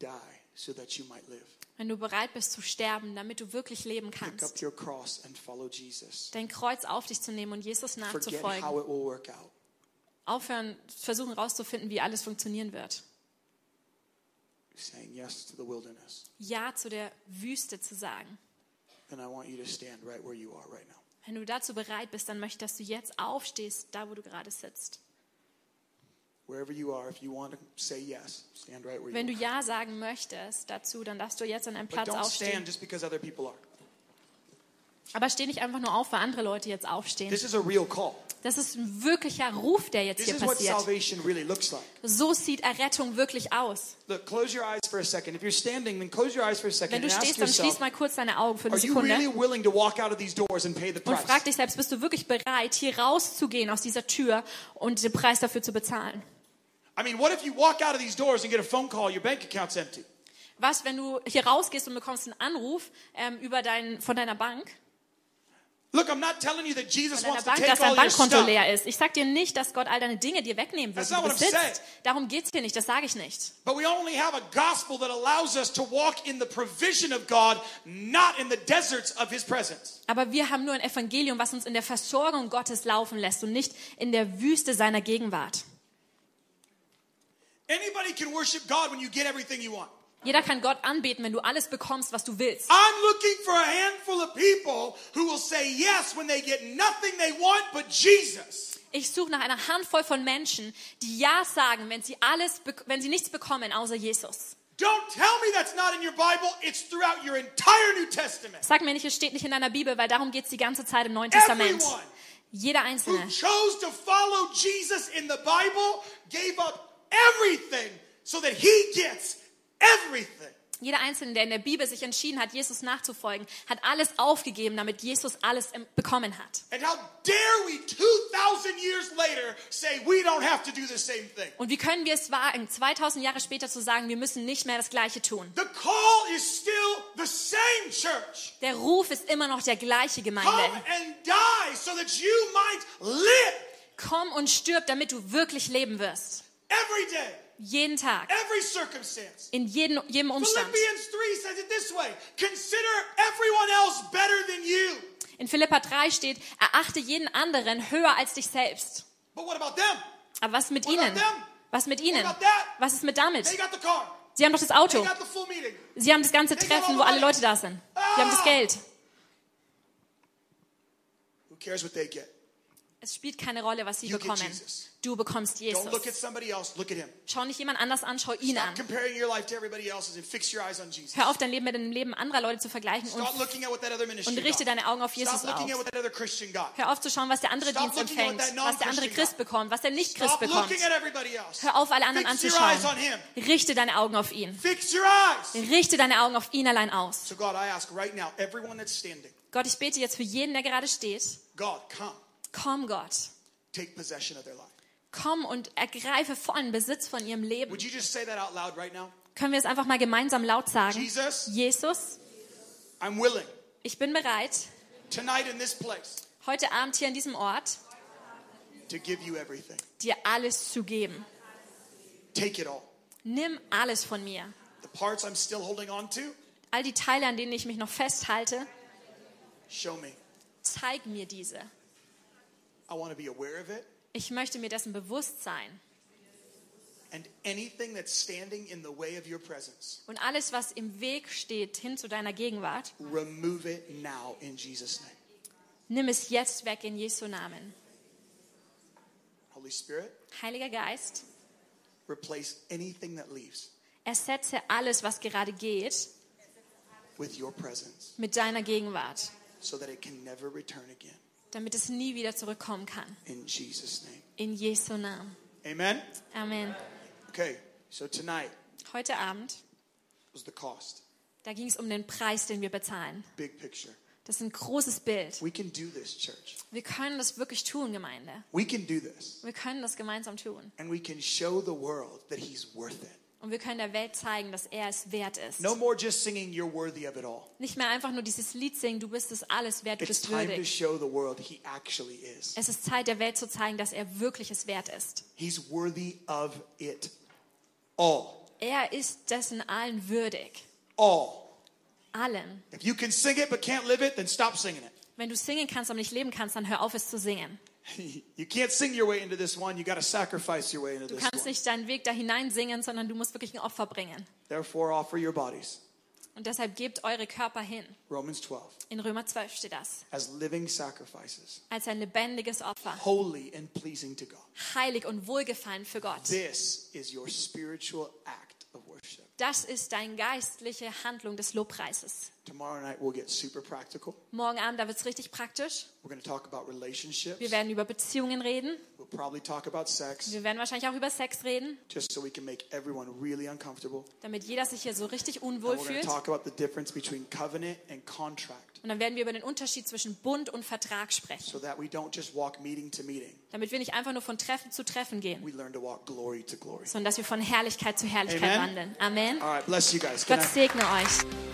B: die so that you might live,
C: wenn du bereit bist zu sterben, damit du wirklich leben
B: pick up
C: kannst,
B: your cross and follow Jesus.
C: dein Kreuz auf dich zu nehmen und Jesus
B: Forget
C: nachzufolgen,
B: how it will work out.
C: aufhören, versuchen herauszufinden, wie alles funktionieren wird.
B: saying yes to the wilderness,
C: Ja zu der Wüste zu sagen.
B: then I want you to stand right where you are right now.
C: Wenn du dazu bereit bist, dann möchte ich, dass du jetzt aufstehst, da wo du gerade sitzt.
B: Wherever you are, if you want to say yes, stand right where
C: Wenn du
B: you are.
C: Ja sagen möchtest dazu, dann darfst du jetzt an einem
B: But
C: Platz
B: don't stand
C: aufstehen.
B: just because other people are.
C: Aber steh nicht einfach nur auf, weil andere Leute jetzt aufstehen.
B: This is a real call.
C: Das ist ein wirklicher Ruf, der jetzt
B: This
C: hier
B: is what
C: passiert.
B: salvation really looks like.
C: So sieht Errettung wirklich aus.
B: Look, close your eyes for a second. If you're standing, then close your eyes for a second
C: Wenn du
B: and ask
C: stehst, dann schließ
B: yourself,
C: mal kurz deine Augen für eine
B: are you really
C: Sekunde
B: willing to walk out of these doors and pay the
C: und
B: price?
C: frag dich selbst, bist du wirklich bereit, hier rauszugehen aus dieser Tür und den Preis dafür zu bezahlen?
B: I mean, what if you walk out of these doors and get a phone call, your bank account's empty?
C: Was, wenn du hier rausgehst und bekommst einen Anruf ähm, über dein, von deiner Bank,
B: Look, I'm not telling you that Jesus
C: von deiner
B: wants to
C: Bank, dass
B: take
C: dein
B: all your
C: Bankkonto
B: stuff.
C: leer ist? Ich sag dir nicht, dass Gott all deine Dinge dir wegnehmen
B: That's
C: wird, die du
B: not what I'm
C: besitzt. Darum geht's hier nicht, das sage ich nicht.
B: But we only have a gospel that allows us to walk in the provision of God, not in the deserts of his presence.
C: Aber wir haben nur ein Evangelium, was uns in der Versorgung Gottes laufen lässt und nicht in der Wüste seiner Gegenwart.
B: Anybody can worship God when you get everything you want.
C: Jeder kann Gott anbeten, wenn du alles bekommst, was du willst.
B: I'm looking for a handful of people who will say yes when they get nothing they want but Jesus.
C: Ich suche nach einer Handvoll von Menschen, die Ja sagen, wenn sie, alles, bek- wenn sie nichts bekommen, außer Jesus.
B: Don't tell me that's not in your Bible. It's throughout your entire New Testament.
C: Sag mir nicht, es steht nicht in deiner Bibel, weil darum geht es die ganze Zeit im Neuen Testament.
B: Everyone
C: Jeder
B: who
C: Einzelne.
B: chose to follow Jesus in the Bible gave up everything so that he gets everything.
C: Jeder Einzelne, der in der Bibel sich entschieden hat, Jesus nachzufolgen, hat alles aufgegeben, damit Jesus alles im- bekommen hat.
B: And how dare we 2,000 years later say we don't have to do the same thing?
C: Und wie können wir es wagen, 2000 Jahre später zu sagen, wir müssen nicht mehr das Gleiche tun?
B: The call is still the same, church.
C: Der Ruf ist immer noch der gleiche,
B: Come
C: Gemeinde.
B: and die so that you might live
C: Komm und stirb, damit du wirklich leben wirst.
B: every day,
C: Jeden Tag,
B: every circumstance.
C: in jedem, jedem Umstand.
B: Philippians 3 says it this way Consider everyone else better than you.
C: In Philippa 3 steht, erachte jeden anderen höher als dich selbst.
B: But what about them?
C: Aber was ist mit
B: What
C: ihnen?
B: about them?
C: Was mit ihnen?
B: about that?
C: Was ist mit
B: They
C: damit?
B: got the car,
C: Sie haben doch das
B: they
C: Auto.
B: got the full meeting.
C: Sie haben das ganze
B: They got all
C: Treffen,
B: the
C: wo alle
B: money.
C: Leute da sind. Sie haben das
B: Ah!
C: Geld.
B: Who cares what they get?
C: Es spielt keine Rolle, was sie
B: You get
C: bekommen.
B: Jesus.
C: Du bekommst
B: Don't look at
C: Jesus.
B: somebody else, look at him.
C: Schau nicht jemand anders an, schau ihn
B: Stop
C: an.
B: comparing your life to everybody else's and fix your eyes on Jesus.
C: Hör auf, dein Leben mit dem Leben anderer Leute zu vergleichen und
B: Stop looking at what that other ministry
C: und richte
B: got.
C: deine Augen auf Jesus
B: Stop looking at
C: auf.
B: what that other Christian got.
C: Hör auf zu schauen, was der andere
B: Stop
C: Dienst
B: looking at that
C: empfängt, was der andere
B: non-Christian
C: Christ
B: guy.
C: bekommt, was der Nicht-Christ
B: Stop
C: bekommt.
B: looking at everybody else.
C: Hör auf, alle anderen
B: Fix your eyes on
C: anzuschauen.
B: him.
C: Richte deine Augen auf ihn.
B: Fix your eyes.
C: Richte deine Augen auf ihn allein aus.
B: So God, I ask right now, everyone that's standing,
C: Gott, ich bete jetzt für jeden, der gerade steht.
B: God, come,
C: Komm, Gott.
B: take possession of their life.
C: Komm und ergreife vollen Besitz von ihrem Leben.
B: Would you just say that out loud right now?
C: Können wir es einfach mal gemeinsam laut sagen?
B: Jesus,
C: Jesus,
B: I'm willing
C: ich bin bereit,
B: tonight in this place
C: heute Abend hier an diesem Ort
B: to give you everything.
C: dir alles zu geben.
B: Take it all.
C: Nimm alles von mir.
B: The parts I'm still holding on to,
C: All die Teile, an denen ich mich noch festhalte,
B: show me.
C: zeig mir diese.
B: I want to be aware of it.
C: Ich möchte mir dessen bewusst sein.
B: And anything that's standing in the way of your presence,
C: Und alles, was im Weg steht, hin zu deiner Gegenwart,
B: remove it now in Jesus' name.
C: nimm es jetzt weg in Jesu Namen.
B: Holy Spirit,
C: Heiliger Geist,
B: replace anything that leaves
C: ersetze alles, was gerade geht,
B: with your presence
C: mit deiner Gegenwart,
B: so that it can never return again.
C: damit es nie wieder zurückkommen kann.
B: In Jesus' name.
C: In Jesu Namen.
B: Amen?
C: Amen.
B: Okay, so tonight
C: Heute Abend,
B: was the cost.
C: da ging es um den Preis, den wir bezahlen.
B: Big picture.
C: Das ist ein großes Bild.
B: We can do this, church.
C: Wir können das wirklich tun, Gemeinde.
B: We can do this.
C: Wir können das gemeinsam tun.
B: And we can show the world that He's worth it.
C: Und wir können der Welt zeigen, dass er es wert ist.
B: No more just singing, You're worthy of it all.
C: Nicht mehr einfach nur dieses Lied singen, du bist es alles wert, du
B: It's
C: bist
B: time to
C: würdig.
B: show the world He actually is.
C: Es ist Zeit, der Welt zu zeigen, dass er wirklich es wert ist.
B: He's worthy of it all.
C: Er ist dessen allen würdig.
B: All.
C: Allen.
B: If you can sing it but can't live it, then stop singing
C: Wenn du singen kannst, aber nicht leben kannst, dann hör auf, es zu singen.
B: it. (laughs) you can't sing your way into this one. You got to sacrifice your way into
C: Du
B: this
C: kannst
B: one.
C: nicht deinen Weg da hinein singen, sondern du musst wirklich ein Opfer bringen.
B: Therefore, offer your bodies.
C: Und deshalb gebt eure Körper hin.
B: Romans 12.
C: In Römer 12 steht das.
B: As living sacrifices,
C: Als ein lebendiges Opfer.
B: holy and pleasing to God.
C: Heilig und wohlgefallen für Gott.
B: This is your spiritual act of worship.
C: Das ist deine geistliche Handlung des Lobpreises.
B: Tomorrow night, we'll get super practical.
C: Morgen Abend, da wird es richtig praktisch.
B: We're going to talk about relationships.
C: Wir werden über Beziehungen reden.
B: We'll probably talk about sex,
C: Wir werden wahrscheinlich auch über Sex reden,
B: just so we can make everyone really uncomfortable.
C: damit jeder sich hier so richtig
B: And
C: unwohl
B: we're going to
C: fühlt.
B: talk about the difference between covenant and contract,
C: Und dann werden wir über den Unterschied zwischen Bund und Vertrag sprechen,
B: so that we don't just walk meeting to meeting.
C: damit wir nicht einfach nur von Treffen zu Treffen gehen,
B: We learn to walk glory to glory.
C: sondern dass wir von Herrlichkeit zu Herrlichkeit
B: Amen.
C: wandeln. Amen.
B: All right, bless you guys. Good
C: Gott
B: night.
C: segne euch.